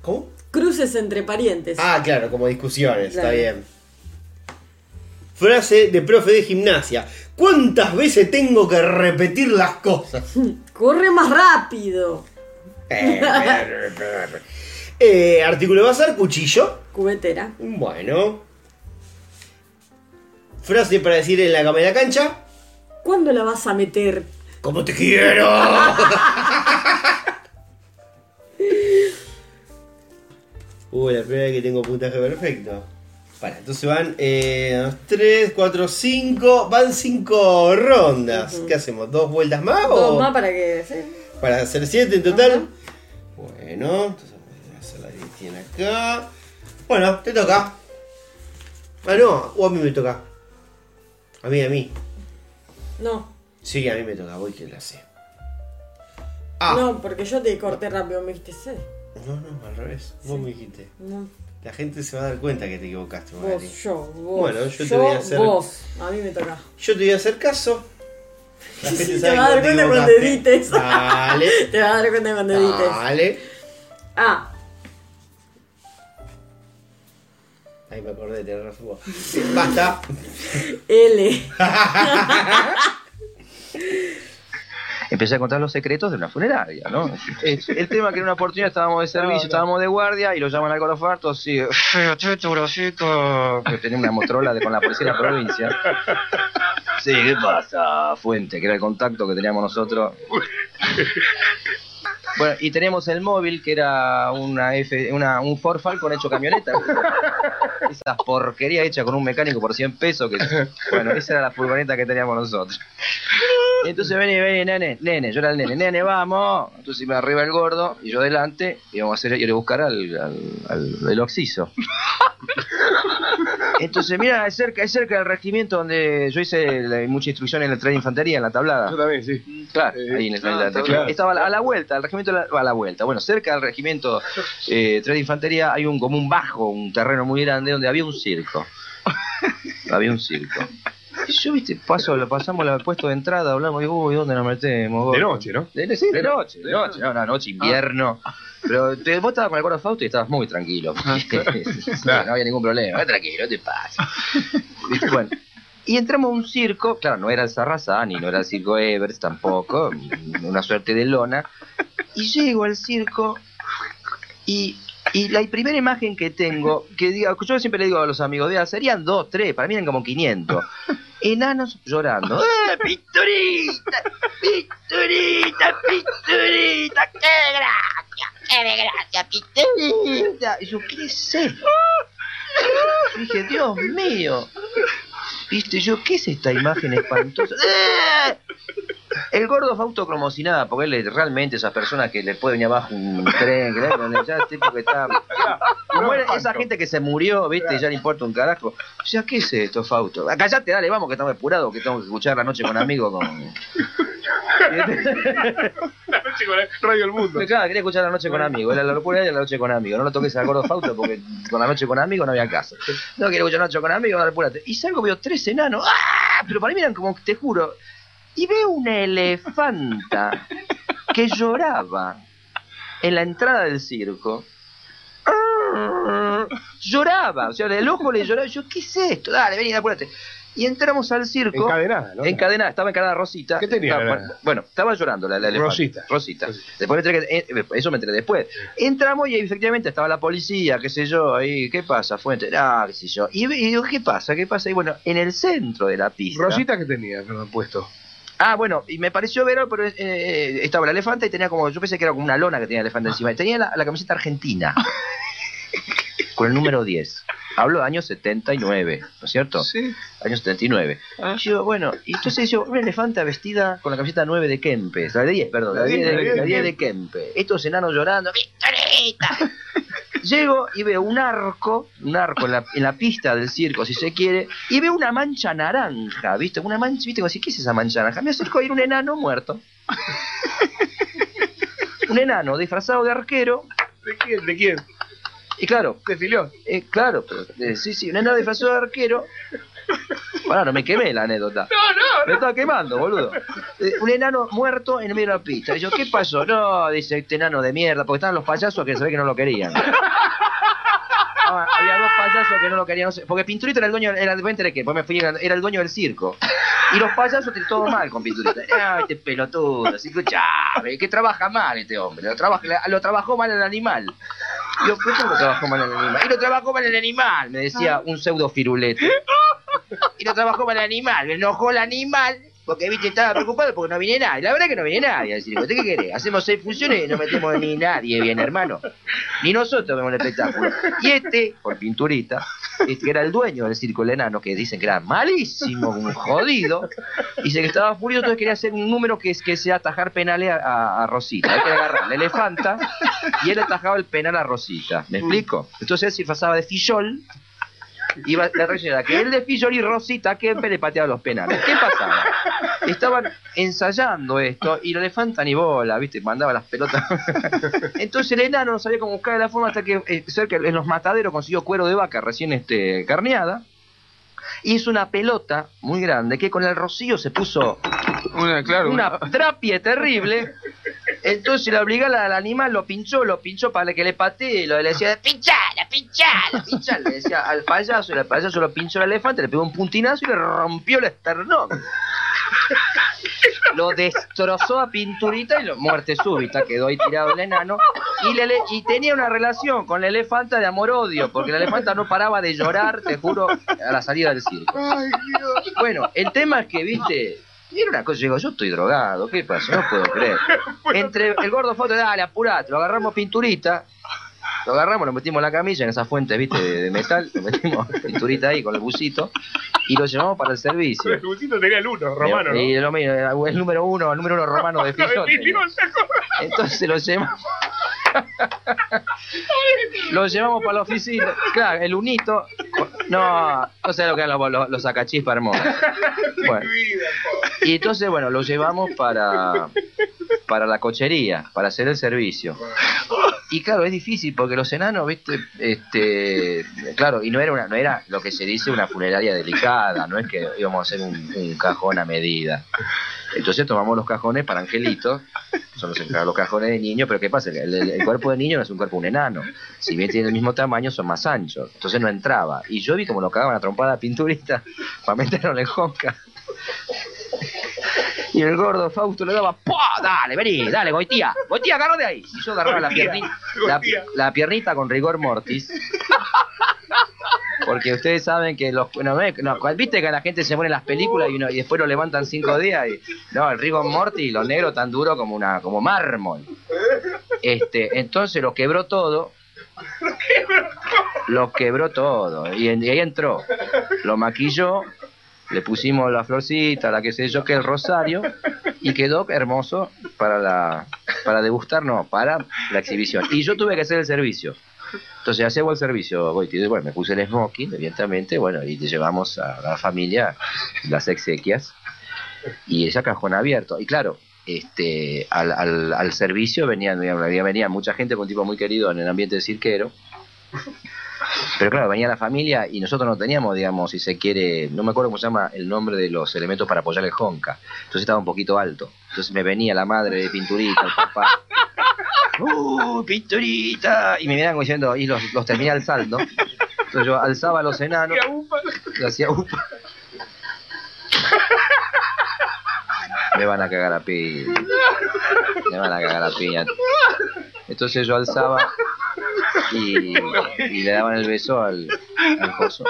Speaker 1: ¿Cómo?
Speaker 2: Cruces entre parientes.
Speaker 1: Ah, claro, como discusiones,
Speaker 2: Pues, Claro.
Speaker 1: está bien. Frase de profe de gimnasia. ¿Cuántas veces tengo que repetir las cosas?
Speaker 2: Corre más rápido.
Speaker 1: Eh, eh, artículo de bazar, cuchillo.
Speaker 2: Cubetera.
Speaker 1: Bueno. Frase para decir en la cama de la cancha.
Speaker 2: ¿Cuándo la vas a meter?
Speaker 1: ¡Como te quiero! Uy, la primera vez que tengo puntaje perfecto. Para, entonces van eh, 3, 4, 5. Van 5 rondas. ¿Qué hacemos? ¿Dos vueltas más? o
Speaker 2: Dos más para que. sí.
Speaker 1: para hacer 7 en total. Bueno, entonces vamos a hacer la que tiene acá. Bueno, te toca. Ah, no, o a mí me toca. A mí, a mí.
Speaker 2: No.
Speaker 1: Sí, a mí me toca, voy que la sé. Ah.
Speaker 2: No, porque yo te corté rápido, me dijiste sí.
Speaker 1: No, no, al revés. Vos me dijiste.
Speaker 2: No.
Speaker 1: La gente se va a dar cuenta que te equivocaste,
Speaker 2: Vos,
Speaker 1: Magali.
Speaker 2: yo, vos.
Speaker 1: Bueno, yo te voy a hacer-
Speaker 2: Vos, a mí me toca.
Speaker 1: Yo te voy a hacer caso. La gente
Speaker 2: Sí, te
Speaker 1: sabe
Speaker 2: vas a dar
Speaker 1: que
Speaker 2: cuenta cuando
Speaker 1: equivocaste.
Speaker 2: edites.
Speaker 1: Dale.
Speaker 2: Te vas a dar cuenta cuando edites.
Speaker 1: Dale.
Speaker 2: Ah,
Speaker 1: Ahí me acordé, te razón. vos. Basta.
Speaker 2: L.
Speaker 6: empecé a contar los secretos de una funeraria, ¿no? el, el tema que en una oportunidad estábamos de servicio, estábamos de guardia y lo llaman al Gorofarto, sí, feo, cheto, grosito, que tenía una motorola de, con la policía de la provincia. Sí, ¿qué pasa, Fuente? Que era el contacto que teníamos nosotros. Bueno, y teníamos el móvil que era una F, una, un Ford Falcon hecho camioneta. Esas porquerías hechas con un mecánico por 100 pesos. Que, bueno, esa era la furgoneta que teníamos nosotros. Y entonces vení, vení, nene, nene, yo era el nene, nene, vamos. Entonces iba arriba el gordo y yo delante y íbamos a hacer, ir a buscar al, al, al- el oxiso. Entonces, mira, es cerca, es cerca del regimiento donde yo hice la- mucha instrucción en el tren de infantería, en la tablada. Yo también, sí. Eh, Claro, ahí en el tren de
Speaker 12: ah,
Speaker 6: infantería.
Speaker 12: claro.
Speaker 6: Estaba a la, a la vuelta, el regimiento de la- a la vuelta. Bueno, cerca del regimiento eh, tren de infantería hay un como un bajo, un terreno muy grande donde había un circo. Había un circo. Y yo, viste, paso, lo pasamos el puesto de entrada, hablamos, digo, uy, ¿dónde nos metemos? gordo?"
Speaker 12: De noche, ¿no?
Speaker 6: De, Ah. sí, de noche, de noche, no, no, noche, invierno. Pero te, vos estabas con el gordo Fausto y estabas muy tranquilo. No había ningún problema, "Ah, tranquilo, no te pases. Viste, Bueno, y entramos a un circo, claro, no era el Sarrazán, ni no era el circo Evers tampoco, ni- ni una suerte de lona. Y llego al circo y, y la primera imagen que tengo, que diga, yo siempre le digo a los amigos, "Vea, serían dos, tres, para mí eran como 500. Enanos llorando. "Eh, ¡Pinturita! ¡Pinturita! ¡Pinturita! ¡Qué gracia! ¡Qué de gracia! ¡Pinturita! Y yo, ¿qué es esto? Y dije, Dios mío. Viste, yo, ¿qué es esta imagen espantosa? ¡Eh! El gordo Fausto como si nada, porque él es realmente esas personas que le puede venir abajo un tren, que le- ya el tipo que está. Como era esa gente que se murió, viste, ya le importa un carajo. O sea, ¿qué es esto, Fausto? Ah, Callate, dale, vamos, que estamos apurados, que tengo que escuchar la noche con amigos con.
Speaker 12: La noche con el Radio El Mundo.
Speaker 6: Claro, quería escuchar la noche con amigos, era la locura de la noche con amigos. No lo toques al gordo Fausto porque con la noche con amigos no había caso. No quiero escuchar la noche con amigos, dale, apurate. Y salgo, veo tres enanos, ¡ah! Pero para mí eran como, te juro. Y veo una elefanta que lloraba en la entrada del circo. Lloraba, o sea, del ojo le lloraba. Yo, ¿qué es esto? Dale, vení, apúrate. Y entramos al circo.
Speaker 12: Encadenada, ¿no?
Speaker 6: Encadenada, estaba encadenada Rosita. ¿Qué
Speaker 12: tenía la-
Speaker 6: bueno, estaba llorando la, la elefanta.
Speaker 12: Rosita.
Speaker 6: Rosita. Después me enteré que- eh, eso me enteré después. Entramos y efectivamente estaba la policía, qué sé yo, ahí, ¿qué pasa? Fuente, ah, qué sé yo. Y, ve- y digo, ¿qué pasa? ¿Qué pasa? Y bueno, en el centro de la pista.
Speaker 12: Rosita que tenía, perdón, puesto.
Speaker 6: Ah, bueno, y me pareció ver, pero eh, eh, estaba el elefante y tenía como, yo pensé que era como una lona que tenía el elefante encima. Y tenía la, la camiseta argentina. con el número 10. Hablo de año 79, ¿no es cierto? Sí. Año 79. Y yo, bueno, y entonces yo, una elefanta vestida con la camiseta 9 de Kempe. La de 10, perdón, la,
Speaker 12: La
Speaker 6: 10,
Speaker 12: 10,
Speaker 6: de,
Speaker 12: la
Speaker 6: la
Speaker 12: 10
Speaker 6: 10 de Kempe. Estos enanos llorando, ¡Victorita! Llego y veo un arco, un arco en la, en la pista del circo, si se quiere, y veo una mancha naranja, ¿viste? Una mancha, ¿viste? Como así, ¿qué es esa mancha naranja? Me acerco y era un enano muerto. un enano disfrazado de arquero. ¿De quién? ¿De quién? Y claro. ¿De filió? claro, pero, eh, sí, sí, un enano disfrazado de arquero. Bueno, no me quemé la anécdota.
Speaker 12: no,
Speaker 6: Me estaba quemando, boludo. Eh, un enano muerto en el medio de la pista. Y yo, ¿qué pasó? No, dice este enano de mierda, porque estaban los payasos que se ve que no lo querían. Ah, había dos payasos que no lo querían. no sé, porque Pinturito era el dueño, era, después me enteré que después me fui, era el dueño del circo. Y los payasos te- todo mal con Pinturito. Ah, este pelotudo, así escuchame, que trabaja mal este hombre. Lo, trabaja, lo trabajó mal el animal. Y Yo, ¿por qué lo trabajó mal el animal? Y lo trabajó mal el animal, me decía un pseudo firulete y lo trabajó para el animal. Me enojó el animal porque, viste, estaba preocupado porque no viene nadie. La verdad es que no viene nadie al circo. ¿Usted qué quiere? Hacemos seis funciones y no metemos ni nadie bien, hermano. Ni nosotros vemos el espectáculo. Y este, por pinturita, este que era el dueño del circo, el enano, que dicen que era malísimo, un jodido, dice que estaba furioso, entonces quería hacer un número que, que sea atajar penales a, a- a Rosita. Hay que agarrar la elefanta y él atajaba el penal a Rosita. ¿Me explico? Entonces él se disfrazaba de fillol iba la reacción era que el de Fillol y Rosita Kempe le pateaba los penales. ¿Qué pasaba? Estaban ensayando esto y el elefanta ni bola, ¿viste? Mandaba las pelotas. Entonces el enano no sabía cómo buscar la forma hasta que eh, cerca en los mataderos consiguió cuero de vaca recién este, carneada. Y hizo una pelota muy grande que con el rocío se puso
Speaker 12: Una, claro.
Speaker 6: una trapie terrible. Entonces le obligó al al animal, lo pinchó, lo pinchó para que le patee, lo le decía, pinchala, pinchala, pinchala, le decía al payaso, y el payaso lo pinchó al elefante, le pegó un puntinazo y le rompió el esternón. lo destrozó a pinturita y lo, muerte súbita, quedó ahí tirado el enano. Y, la ele- y tenía una relación con la elefanta de amor-odio, porque la elefanta no paraba de llorar, te juro, a la salida del circo.
Speaker 13: Ay, Dios.
Speaker 6: Bueno, el tema es que, viste, era una cosa, yo digo, yo estoy drogado, ¿qué pasa? No puedo creer. Entre el gordo foto, dale, apurate, lo agarramos pinturita, lo agarramos, lo metimos en la camilla, en esas fuentes, viste, de, de metal, lo metimos pinturita ahí con el busito, y lo llevamos para el servicio.
Speaker 12: El busito tenía el uno, romano, ¿no?
Speaker 6: Y lo mío, el número uno, el número uno romano de
Speaker 12: Lo
Speaker 6: fijo.
Speaker 12: de Pilión, ¿te acordás?
Speaker 6: Entonces lo llevamos. lo llevamos para la oficina. Claro, el unito. No, no sé lo que eran los, los, los sacachispas hermosos. Bueno. Y entonces, bueno, lo llevamos para, para la cochería, para hacer el servicio. Y claro, es difícil porque los enanos, viste, este, claro, y no era una, no era lo que se dice una funeraria delicada, no es que íbamos a hacer un, un cajón a medida. Entonces tomamos los cajones para angelitos, son los, los cajones de niño, pero ¿qué pasa? El, el- el cuerpo de niño no es un cuerpo de un enano. Si bien tiene el mismo tamaño, son más anchos. Entonces no entraba. Y yo vi como lo cagaban a trompada a pinturista para meterlo en el jonca. Y el gordo Fausto le daba, ¡pah! Dale, vení, dale, goitía, goitía, agarro de ahí. Y yo agarraba la
Speaker 13: Goitía,
Speaker 6: piernita, la,
Speaker 13: goitía.
Speaker 6: la piernita con rigor mortis. Porque ustedes saben que los. No, no, no, cual- viste que la gente se muere en las películas y, uno- y después lo levantan cinco días. Y, no, el rigor mortis y los negros tan duro como, una, como mármol. Este, entonces lo quebró todo. Lo quebró todo. Y, en- y ahí entró. Lo maquilló, le pusimos la florcita, la que sé yo, que el rosario, y quedó hermoso para la para degustar, no, para la exhibición. Y yo tuve que hacer el servicio. Entonces hacemos el servicio, Goiti. Bueno, me puse el smoking, evidentemente, bueno, y te llevamos a la familia las exequias y esa cajón abierto. Y claro, este, al, al, al servicio venía, venía, venía mucha gente con tipo muy querido en el ambiente de cirquero. Pero claro, venía la familia y nosotros no teníamos, digamos, si se quiere, no me acuerdo cómo se llama el nombre de los elementos para apoyar el jonca. Entonces estaba un poquito alto. Entonces me venía la madre de pinturita, el papá. ¡Uh, pinturita! Y me miraban como diciendo, y los, los terminé alzando. Entonces yo alzaba a los enanos. Le hacía upa. Me van a cagar a piña. Me van a cagar a piña. Entonces yo alzaba y, y le daban el beso al, al coso.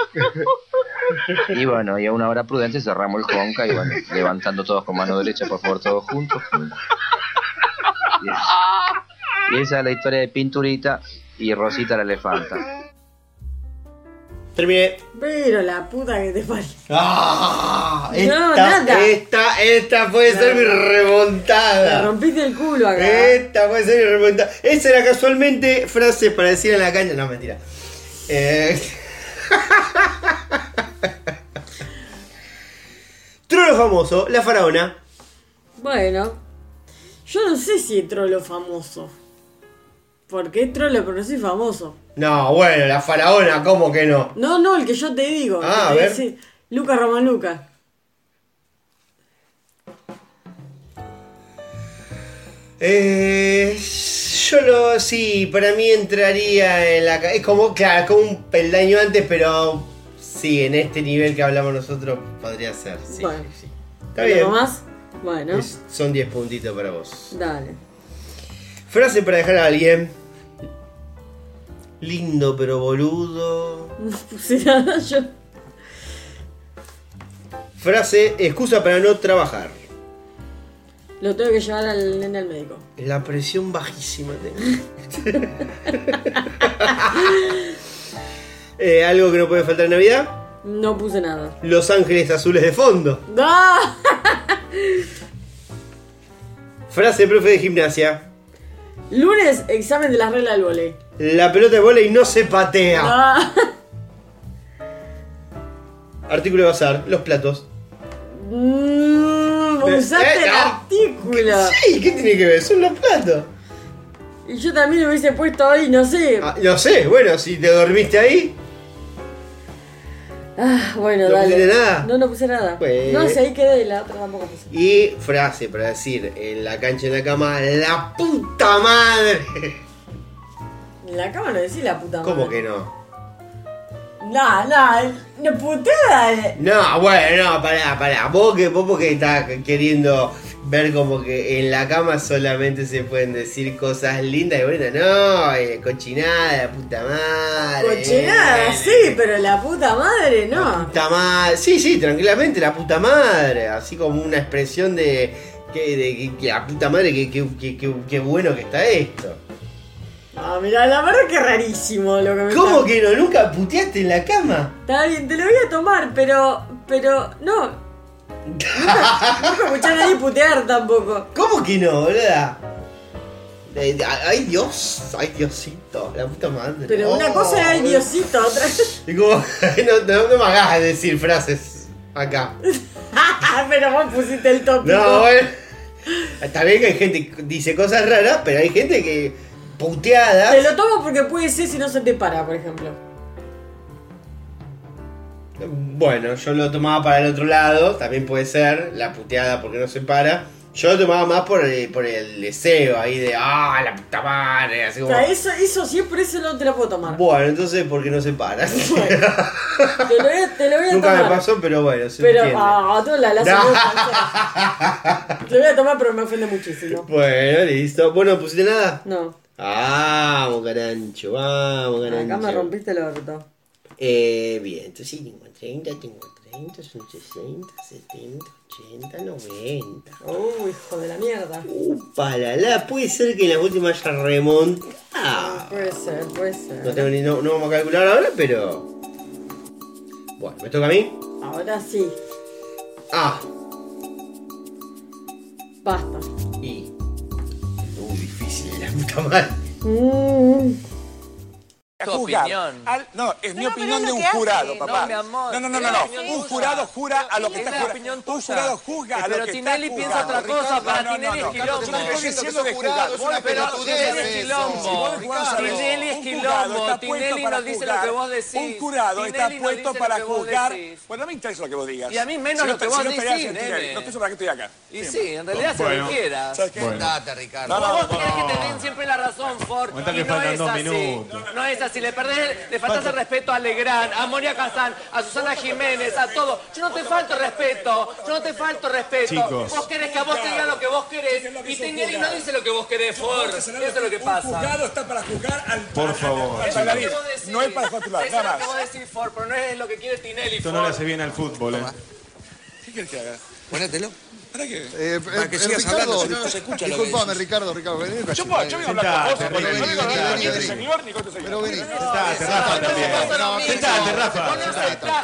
Speaker 6: Y bueno, y a una hora prudente cerramos el jonca y bueno, levantando todos con mano derecha, por favor, todos juntos. Y esa es la historia de Pinturita y Rosita la elefanta.
Speaker 1: Terminé.
Speaker 2: Pero la puta que te parió.
Speaker 1: Ah,
Speaker 2: No,
Speaker 1: esta,
Speaker 2: nada.
Speaker 1: esta, esta puede ser mi remontada.
Speaker 2: Me rompiste el culo acá.
Speaker 1: Esta puede ser mi remontada. Esa era casualmente frases para decir en la cancha. No, mentira. Eh... Trono famoso, la faraona.
Speaker 2: Bueno, yo no sé si es trolo famoso. Porque es trolo, pero no soy famoso.
Speaker 1: No, bueno, la faraona, ¿cómo que no?
Speaker 2: No, no, el que yo te digo.
Speaker 1: Ah, a
Speaker 2: el que
Speaker 1: ver.
Speaker 2: dice Luca Román Luca.
Speaker 1: Eh, yo lo. Sí, para mí entraría en la. ca- Es como, claro, es como un peldaño antes, pero. Sí, en este nivel que hablamos nosotros podría ser. Sí,
Speaker 2: Bueno.
Speaker 1: sí, sí. Está
Speaker 2: ¿Algo
Speaker 1: bien.
Speaker 2: más? Bueno,
Speaker 1: Es- son 10 puntitos para vos.
Speaker 2: dale.
Speaker 1: Frase para dejar a alguien. Lindo pero boludo.
Speaker 2: No puse nada yo.
Speaker 1: Frase, excusa para no trabajar.
Speaker 2: Lo tengo que llevar al nene al médico.
Speaker 1: La presión bajísima tengo. Eh, algo que no puede faltar en Navidad.
Speaker 2: No puse nada.
Speaker 1: Los ángeles azules de fondo.
Speaker 2: ¡Ah!
Speaker 1: Frase profe de gimnasia.
Speaker 2: Lunes, examen de las reglas del volei.
Speaker 1: La pelota de bola y no se patea.
Speaker 2: Ah,
Speaker 1: Artículo de bazar. Los platos.
Speaker 2: mm, usaste
Speaker 1: Eh,
Speaker 2: el
Speaker 1: no.
Speaker 2: artículo.
Speaker 1: Sí, ¿qué tiene que ver? Son los platos.
Speaker 2: Y yo también lo hubiese puesto ahí, no sé. Ah,
Speaker 1: No sé, bueno, si te dormiste ahí.
Speaker 2: Ah, bueno,
Speaker 1: ¿No
Speaker 2: dale.
Speaker 1: pusiste nada?
Speaker 2: No, no puse nada.
Speaker 1: Pues-
Speaker 2: No, si ahí quedé y la otra tampoco puse.
Speaker 1: Y frase para decir en la cancha en la cama. ¡La puta madre!
Speaker 2: En la cama no decís la puta madre.
Speaker 1: ¿Cómo que no?
Speaker 2: No, no, no puteada. eh.
Speaker 1: No, bueno, no, pará, pará. Vos que vos porque estás queriendo ver como que en la cama solamente se pueden decir cosas lindas y bonitas. No, eh, cochinada, la puta madre.
Speaker 2: Cochinada,
Speaker 1: eh,
Speaker 2: sí, pero la puta madre no.
Speaker 1: Puta madre. Sí, sí, tranquilamente, la puta madre. Así como una expresión de. Que, de- que- que la puta madre, que, que- que- que- que bueno que está esto.
Speaker 2: Ah, mira, la verdad que es rarísimo lo que me
Speaker 1: ¿Cómo
Speaker 2: está-
Speaker 1: que no? ¿Nunca puteaste en la cama?
Speaker 2: Está bien, te lo voy a tomar, pero. Pero. No. Nunca, nunca escuché a nadie putear tampoco.
Speaker 1: ¿Cómo que no, boluda? Eh, Ay Dios, ay Diosito, la puta madre.
Speaker 2: Pero una
Speaker 1: Oh.
Speaker 2: cosa era el diosito, otra.
Speaker 1: Y como, no, no- no me hagas decir frases acá.
Speaker 2: pero vos pusiste el tópico.
Speaker 1: No, bueno. Está bien que hay gente que dice cosas raras, pero hay gente que puteadas.
Speaker 2: Te lo tomo porque puede ser si no se te para, por ejemplo.
Speaker 1: Bueno, yo lo tomaba para el otro lado, también puede ser, la puteada porque no se para. Yo lo tomaba más por el, por el deseo ahí de, ah, la puta madre, así
Speaker 2: O
Speaker 1: como...
Speaker 2: sea, eso, eso siempre eso no te lo puedo tomar.
Speaker 1: Bueno, entonces, ¿por qué no se para?
Speaker 2: Te lo voy a, te lo voy a
Speaker 1: Nunca me
Speaker 2: tomar.
Speaker 1: pasó, pero bueno, se
Speaker 2: pero
Speaker 1: entiende.
Speaker 2: ah, tú la, la
Speaker 1: Nah.
Speaker 2: segunda. Te lo voy a tomar, pero me ofende muchísimo.
Speaker 1: Bueno, listo. Bueno, ¿no pusiste nada?
Speaker 2: No,
Speaker 1: Vamos, Garancho, vamos,
Speaker 2: Ah, acá me
Speaker 1: Garancho.
Speaker 2: rompiste el orto.
Speaker 1: Eh, bien, entonces sí, tengo 30, tengo 30, son 60, 70, 80, 90.
Speaker 2: Uh, hijo de la mierda.
Speaker 1: Palala, puede ser que en la última haya remontado.
Speaker 2: Puede ser, puede ser.
Speaker 1: No, tengo ni- no- no vamos a calcular ahora, pero. Bueno, ¿me toca a mí?
Speaker 2: Ahora sí,
Speaker 1: Ah,
Speaker 2: basta.
Speaker 1: y. Uh, difícil, la puta madre.
Speaker 2: Mm.
Speaker 5: juzgar.
Speaker 6: opinión.
Speaker 5: Al- no, es mi
Speaker 6: No, pero
Speaker 5: opinión
Speaker 6: es lo
Speaker 5: de un
Speaker 6: que hace.
Speaker 5: jurado,
Speaker 6: No,
Speaker 5: papá.
Speaker 6: mi amor,
Speaker 5: no, no, no,
Speaker 6: es
Speaker 5: no,
Speaker 6: la
Speaker 5: no.
Speaker 6: opinión
Speaker 5: Un
Speaker 6: tuya.
Speaker 5: jurado jura a lo que
Speaker 6: Es
Speaker 5: está
Speaker 6: la
Speaker 5: jurando.
Speaker 6: opinión
Speaker 5: Un
Speaker 6: tuya.
Speaker 5: jurado juzga a lo
Speaker 6: Pero
Speaker 5: que está
Speaker 6: Tinelli piensa
Speaker 5: jurando,
Speaker 6: otra cosa,
Speaker 5: Ricardo.
Speaker 6: para
Speaker 5: No, no,
Speaker 6: Tinelli
Speaker 5: no,
Speaker 6: es
Speaker 5: no,
Speaker 6: quilombo.
Speaker 5: yo no estoy
Speaker 6: Pero
Speaker 5: diciendo de juzgar.
Speaker 6: jurado es
Speaker 5: Vos
Speaker 6: una
Speaker 5: la pelotudez
Speaker 6: pelotudez
Speaker 5: es
Speaker 6: es
Speaker 5: eso.
Speaker 6: quilombo.
Speaker 5: Si vos jugás a lo-
Speaker 6: Tinelli es
Speaker 5: un
Speaker 6: quilombo,
Speaker 5: jurado está
Speaker 6: Tinelli
Speaker 5: puesto para
Speaker 6: no dice lo
Speaker 5: juzgar.
Speaker 6: que vos decís.
Speaker 5: Un jurado está
Speaker 6: Tinelli no
Speaker 5: puesto
Speaker 6: dice lo
Speaker 5: para
Speaker 6: que vos
Speaker 5: juzgar.
Speaker 6: decís.
Speaker 5: Bueno, no me interesa lo que vos digas.
Speaker 6: Y a mí menos
Speaker 5: Si no
Speaker 6: lo que
Speaker 5: te-
Speaker 6: vos
Speaker 5: si no te
Speaker 6: decís,
Speaker 5: hagas sentir,
Speaker 6: nene.
Speaker 5: No pienso para qué estoy acá.
Speaker 6: Y sí, en realidad hace lo
Speaker 5: Bueno.
Speaker 6: que quieras.
Speaker 5: ¿Sabes qué?
Speaker 6: Andate, Ricardo.
Speaker 5: No, no,
Speaker 6: vos
Speaker 5: no.
Speaker 6: crees que te den siempre la razón, Ford.
Speaker 14: Aguantá
Speaker 6: y
Speaker 14: que
Speaker 6: no
Speaker 14: faltan
Speaker 6: es
Speaker 14: dos
Speaker 6: así.
Speaker 14: minutos.
Speaker 6: No es así. Le perdés, el- le faltas el respeto a Legrand, a Moria Kazan, a Susana Jiménez, a todo. Yo no te falto respeto. Yo no te falto respeto.
Speaker 14: Chicos.
Speaker 6: Vos querés que a vos te digan lo que vos querés.
Speaker 5: lo que
Speaker 6: Y
Speaker 5: hizo un
Speaker 6: Tinelli no
Speaker 5: jurado.
Speaker 6: dice lo que vos querés, Ford. Eso es lo que
Speaker 5: Un
Speaker 6: pasa.
Speaker 5: juzgado está para juzgar al
Speaker 14: Por favor.
Speaker 5: al
Speaker 14: chicos.
Speaker 5: bailarín. No es para juzgar a tu lado,
Speaker 6: Eso es
Speaker 5: nada
Speaker 6: lo que
Speaker 5: más.
Speaker 6: vos decís, Ford, pero no es lo que quiere Tinelli,
Speaker 14: Esto no le
Speaker 6: Ford.
Speaker 14: hace bien al fútbol, eh.
Speaker 5: ¿Qué querés que haga? Ponételo. ¿Para qué?
Speaker 15: eh, Ricardo,
Speaker 5: no se escucha lo que
Speaker 15: Disculpame,
Speaker 5: dices.
Speaker 15: Ricardo, Ricardo. Vení,
Speaker 5: Yo puedo, yo vengo a hablar con vos,
Speaker 15: Sentate,
Speaker 5: porque no
Speaker 15: vení,
Speaker 5: vengo a hablar
Speaker 15: vení,
Speaker 5: ni con tu
Speaker 15: vení.
Speaker 5: seguidor ni con tu seguidor.
Speaker 15: Pero vení.
Speaker 14: Sentate, Rafa, también. Sentate, Rafa.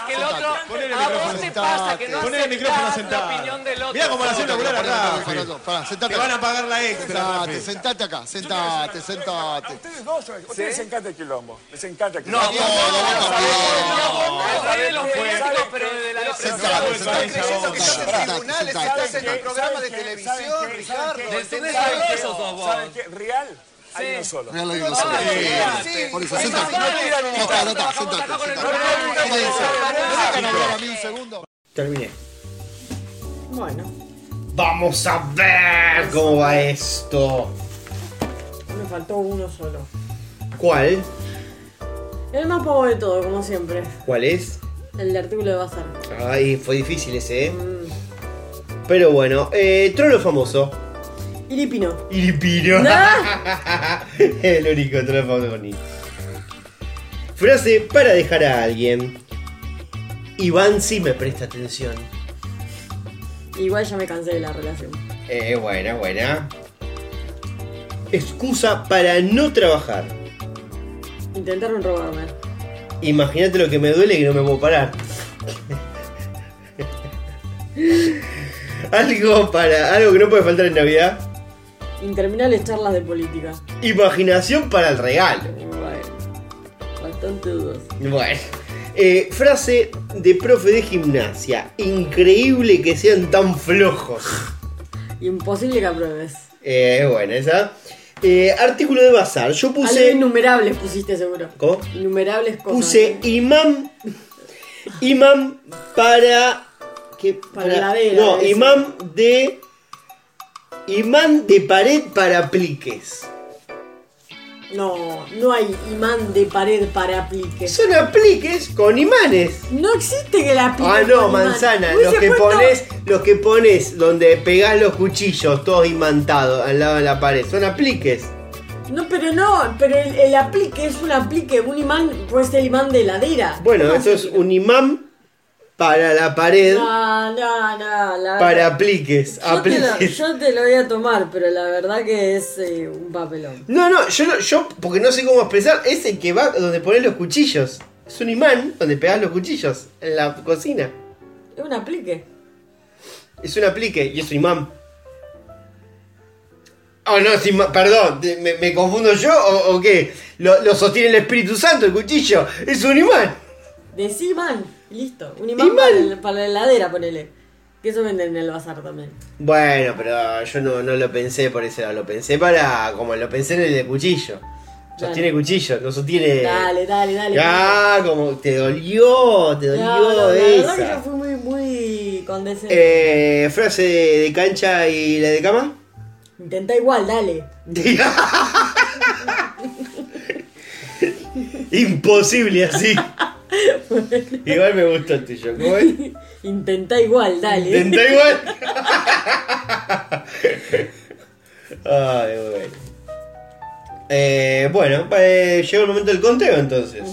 Speaker 6: que el otro, a vos te pasa que no
Speaker 14: Poné el micrófono
Speaker 6: aceptás la
Speaker 14: sentado.
Speaker 6: opinión del otro.
Speaker 14: Mirá cómo la hace laburar a Rafa.
Speaker 15: Te
Speaker 14: van a pagar la extra,
Speaker 15: Sentate,
Speaker 14: Rafi.
Speaker 15: sentate acá, sentate, sentate.
Speaker 5: Ustedes dos, a ustedes les encanta el quilombo. Les encanta el
Speaker 15: No,
Speaker 5: quilombo.
Speaker 15: no, no, no, no,
Speaker 6: no, no, no, no, no, no, pero de la
Speaker 5: Sentate, sentate.
Speaker 16: tribunales, estás en un programa de televisión, Ricardo.
Speaker 5: ¿Saben qué? Real. Hay uno solo.
Speaker 15: Real hay uno solo.
Speaker 5: Ah,
Speaker 15: Sí,
Speaker 5: sí.
Speaker 15: sí. Por eso,
Speaker 5: Es más,
Speaker 15: sentate.
Speaker 5: no tiran un
Speaker 15: Nota,
Speaker 5: voto.
Speaker 15: nota,
Speaker 5: Trabajamos
Speaker 15: sentate,
Speaker 5: acá con el
Speaker 15: sentate.
Speaker 5: programa.
Speaker 15: Silencio.
Speaker 5: No dejan hablar a mí.
Speaker 15: un segundo.
Speaker 1: Terminé.
Speaker 2: Bueno,
Speaker 1: Vamos a ver cómo va esto.
Speaker 2: me faltó uno solo.
Speaker 1: ¿Cuál?
Speaker 2: El más pavo de todo, como siempre.
Speaker 1: ¿Cuál es?
Speaker 2: El de artículo de Bazar.
Speaker 1: Ay, fue difícil ese, ¿eh? Pero bueno, eh, trolo famoso.
Speaker 2: Iripino.
Speaker 1: Iripino. El único trolo famoso con I. Frase para dejar a alguien. Iván sí me presta atención.
Speaker 2: Igual ya me cansé de la relación.
Speaker 1: Eh, buena, buena. Excusa para no trabajar.
Speaker 2: Intentaron robarme.
Speaker 1: Imagínate lo que me duele que no me puedo parar. algo para. algo que no puede faltar en Navidad.
Speaker 2: Interminables charlas de política.
Speaker 1: Imaginación para el regalo.
Speaker 2: Bastante dudoso.
Speaker 1: Bueno. Eh, frase de profe de gimnasia. Increíble que sean tan flojos.
Speaker 2: Imposible que apruebes.
Speaker 1: Eh, bueno, esa. Eh, artículo de bazar. Yo
Speaker 2: Algo
Speaker 1: puse.
Speaker 2: innumerables pusiste seguro.
Speaker 1: ¿Cómo?
Speaker 2: Innumerables cosas.
Speaker 1: Puse imam. Imam para. que-
Speaker 2: Para la vela,
Speaker 1: No,
Speaker 2: debe
Speaker 1: imam de. Imán de pared para apliques.
Speaker 2: No, no hay imán de pared para apliques.
Speaker 1: Son apliques con imanes.
Speaker 2: No existe que la aplique.
Speaker 1: Ah, no,
Speaker 2: con imán.
Speaker 1: manzana.
Speaker 2: Hubiese
Speaker 1: Los que
Speaker 2: puesto-
Speaker 1: pones, los que pones donde pegás los cuchillos, todos imantados al lado de la pared. Son apliques.
Speaker 2: No, pero no, pero el, el aplique es un aplique, un imán puede ser imán de heladera.
Speaker 1: Bueno,
Speaker 2: No,
Speaker 1: eso es un imán para la pared,
Speaker 2: No, no, no. la-
Speaker 1: para apliques.
Speaker 2: yo te, lo,
Speaker 1: apliques.
Speaker 2: yo te lo voy a tomar, pero la verdad que es eh, un papelón.
Speaker 1: No, no, yo no, yo porque no sé cómo expresar, es el que va donde pones los cuchillos. Es un imán donde pegás los cuchillos en la cocina.
Speaker 2: Es un aplique.
Speaker 1: Es un aplique y es un imán. Oh, no, es imán, perdón, te- ¿me, me confundo yo o, o qué? Lo, lo sostiene el Espíritu Santo, el cuchillo. Es un imán.
Speaker 2: Decí imán, listo. Un imán, Para, el- para la heladera, ponele. Que eso venden en el bazar también.
Speaker 1: Bueno, pero yo no, no lo pensé por ese lado, lo pensé para. como lo pensé en el de cuchillo. Sostiene cuchillo, no sostiene.
Speaker 2: Dale, dale, dale.
Speaker 1: Ah, como te dolió, te
Speaker 2: No,
Speaker 1: dolió
Speaker 2: no, la verdad que
Speaker 1: esa.
Speaker 2: yo fui muy, muy condescendiente.
Speaker 1: Eh, frase de cancha y la de cama.
Speaker 2: Intenta igual, dale.
Speaker 1: Imposible así. Igual me gustó el tuyo. ¿Cómo es?
Speaker 2: Intenta igual, dale.
Speaker 1: Intentá igual. Ay, bueno. Eh, bueno, eh, llegó el momento del conteo entonces.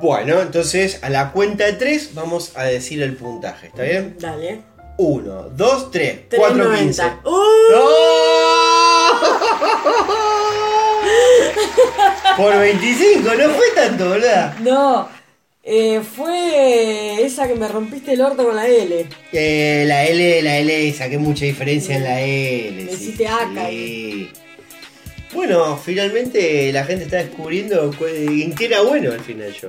Speaker 1: Bueno, entonces a la cuenta de 3 vamos a decir el puntaje, ¿está bien?
Speaker 2: Dale.
Speaker 1: 1, 2, 3, 4, 15.
Speaker 2: 3.90.
Speaker 1: Por 25, no fue tanto, ¿verdad?
Speaker 2: No, eh, fue esa que me rompiste el orto con la L.
Speaker 1: Eh, la L, la L, saqué mucha diferencia en la L.
Speaker 2: Me
Speaker 1: sí,
Speaker 2: hiciste aca
Speaker 1: sí. Bueno, finalmente la gente está descubriendo cu- en qué era bueno al final yo.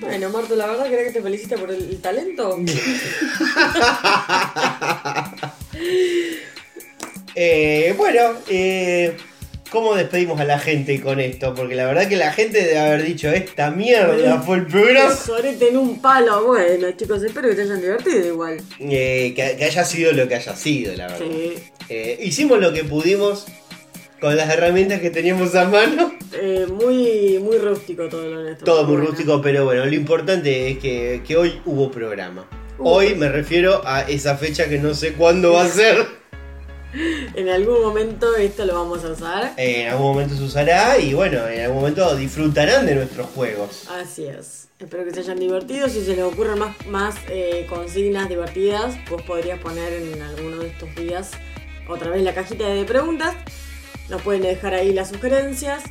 Speaker 2: Bueno, Marto, la verdad quería que te felicite por el, el talento.
Speaker 1: Eh, bueno, eh, ¿cómo despedimos a la gente con esto? Porque la verdad que la gente de haber dicho esta mierda fue el programa.
Speaker 2: Sorete en un palo. Bueno, chicos, espero que te hayan divertido igual.
Speaker 1: Eh, que, que haya sido lo que haya sido, la verdad.
Speaker 2: Sí.
Speaker 1: Eh, hicimos lo que pudimos con las herramientas que teníamos a mano.
Speaker 2: Eh, muy, muy rústico todo lo nuestro.
Speaker 1: Todo muy
Speaker 2: Bueno.
Speaker 1: rústico, pero bueno, lo importante es que, que hoy hubo programa.
Speaker 2: Hubo
Speaker 1: Hoy
Speaker 2: programa.
Speaker 1: me refiero a esa fecha que no sé cuándo va a ser.
Speaker 2: En algún momento esto lo vamos a usar.
Speaker 1: Eh, en algún momento se usará y bueno, en algún momento disfrutarán de nuestros juegos.
Speaker 2: Así es. Espero que se hayan divertido. Si se les ocurren más, más eh, consignas divertidas, vos podrías poner en alguno de estos días otra vez la cajita de preguntas. Nos pueden dejar ahí las sugerencias.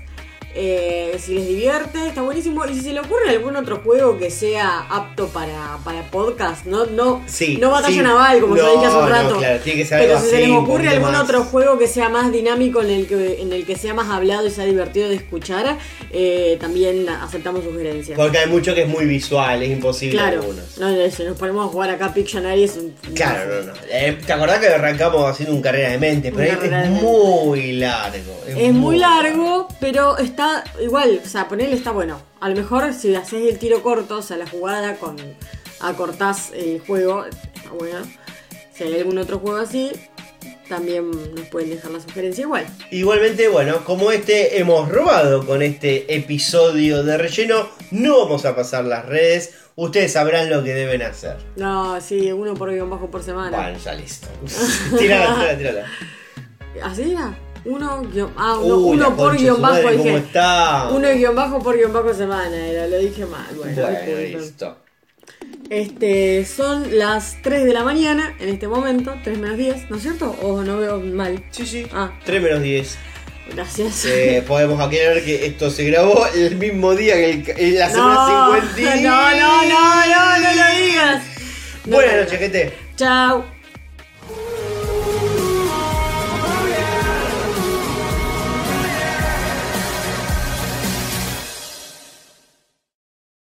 Speaker 2: Eh, si les divierte, está buenísimo. Y si se le ocurre algún otro juego que sea apto para, para podcast, no, no,
Speaker 1: Sí,
Speaker 2: no batalla
Speaker 1: sí.
Speaker 2: naval, como yo
Speaker 1: No,
Speaker 2: dije hace un
Speaker 1: no,
Speaker 2: rato.
Speaker 1: claro, tiene que ser
Speaker 2: Pero
Speaker 1: algo
Speaker 2: si se
Speaker 1: así,
Speaker 2: les
Speaker 1: un
Speaker 2: ocurre
Speaker 1: poquito
Speaker 2: algún
Speaker 1: más.
Speaker 2: otro juego que sea más dinámico, en el que, en el que sea más hablado y sea divertido de escuchar, eh, también aceptamos sugerencias.
Speaker 1: Porque hay mucho que es muy visual, es imposible
Speaker 2: Claro,
Speaker 1: algunos.
Speaker 2: no, no, si nos ponemos a jugar acá Pictionary es un...
Speaker 1: Claro, no, no. Eh, ¿Te acordás que arrancamos haciendo un carrera de mente?
Speaker 2: Un
Speaker 1: Pero ahí
Speaker 2: carrera de
Speaker 1: es
Speaker 2: mentes.
Speaker 1: muy largo.
Speaker 2: Es muy largo, pero está igual, o sea, ponerle está bueno. A lo mejor si haces el tiro corto, o sea, la jugada con acortás el juego, está bueno. Si hay algún otro juego así, también nos pueden dejar la sugerencia igual.
Speaker 1: Igualmente, bueno, como este hemos robado con este episodio de relleno, no vamos a pasar las redes. Ustedes sabrán lo que deben hacer.
Speaker 2: No, sí, uno por guión bajo por semana.
Speaker 1: Bueno, ya listo. tírala, tírala, tírala.
Speaker 2: ¿Así era? Uno guión... Ah, uno,
Speaker 1: Uy, la
Speaker 2: uno por
Speaker 1: concha de
Speaker 2: guión
Speaker 1: su
Speaker 2: bajo,
Speaker 1: madre, ¿Cómo
Speaker 2: dije.
Speaker 1: está?
Speaker 2: Uno guión bajo por guión bajo semana era, lo dije mal. Bueno,
Speaker 1: Bueno,
Speaker 2: disculpen.
Speaker 1: listo.
Speaker 2: Este, son las 3 de la mañana en este momento, 3 menos 10, ¿no es cierto? O no veo mal.
Speaker 1: Sí, sí.
Speaker 2: Ah,
Speaker 1: 3 menos 10.
Speaker 2: gracias.
Speaker 1: Eh, podemos aclarar que esto se grabó el mismo día que el, en la semana
Speaker 2: no,
Speaker 1: 50.
Speaker 2: no, no, no, no, no lo digas.
Speaker 1: Buenas noches, gente.
Speaker 2: Chao.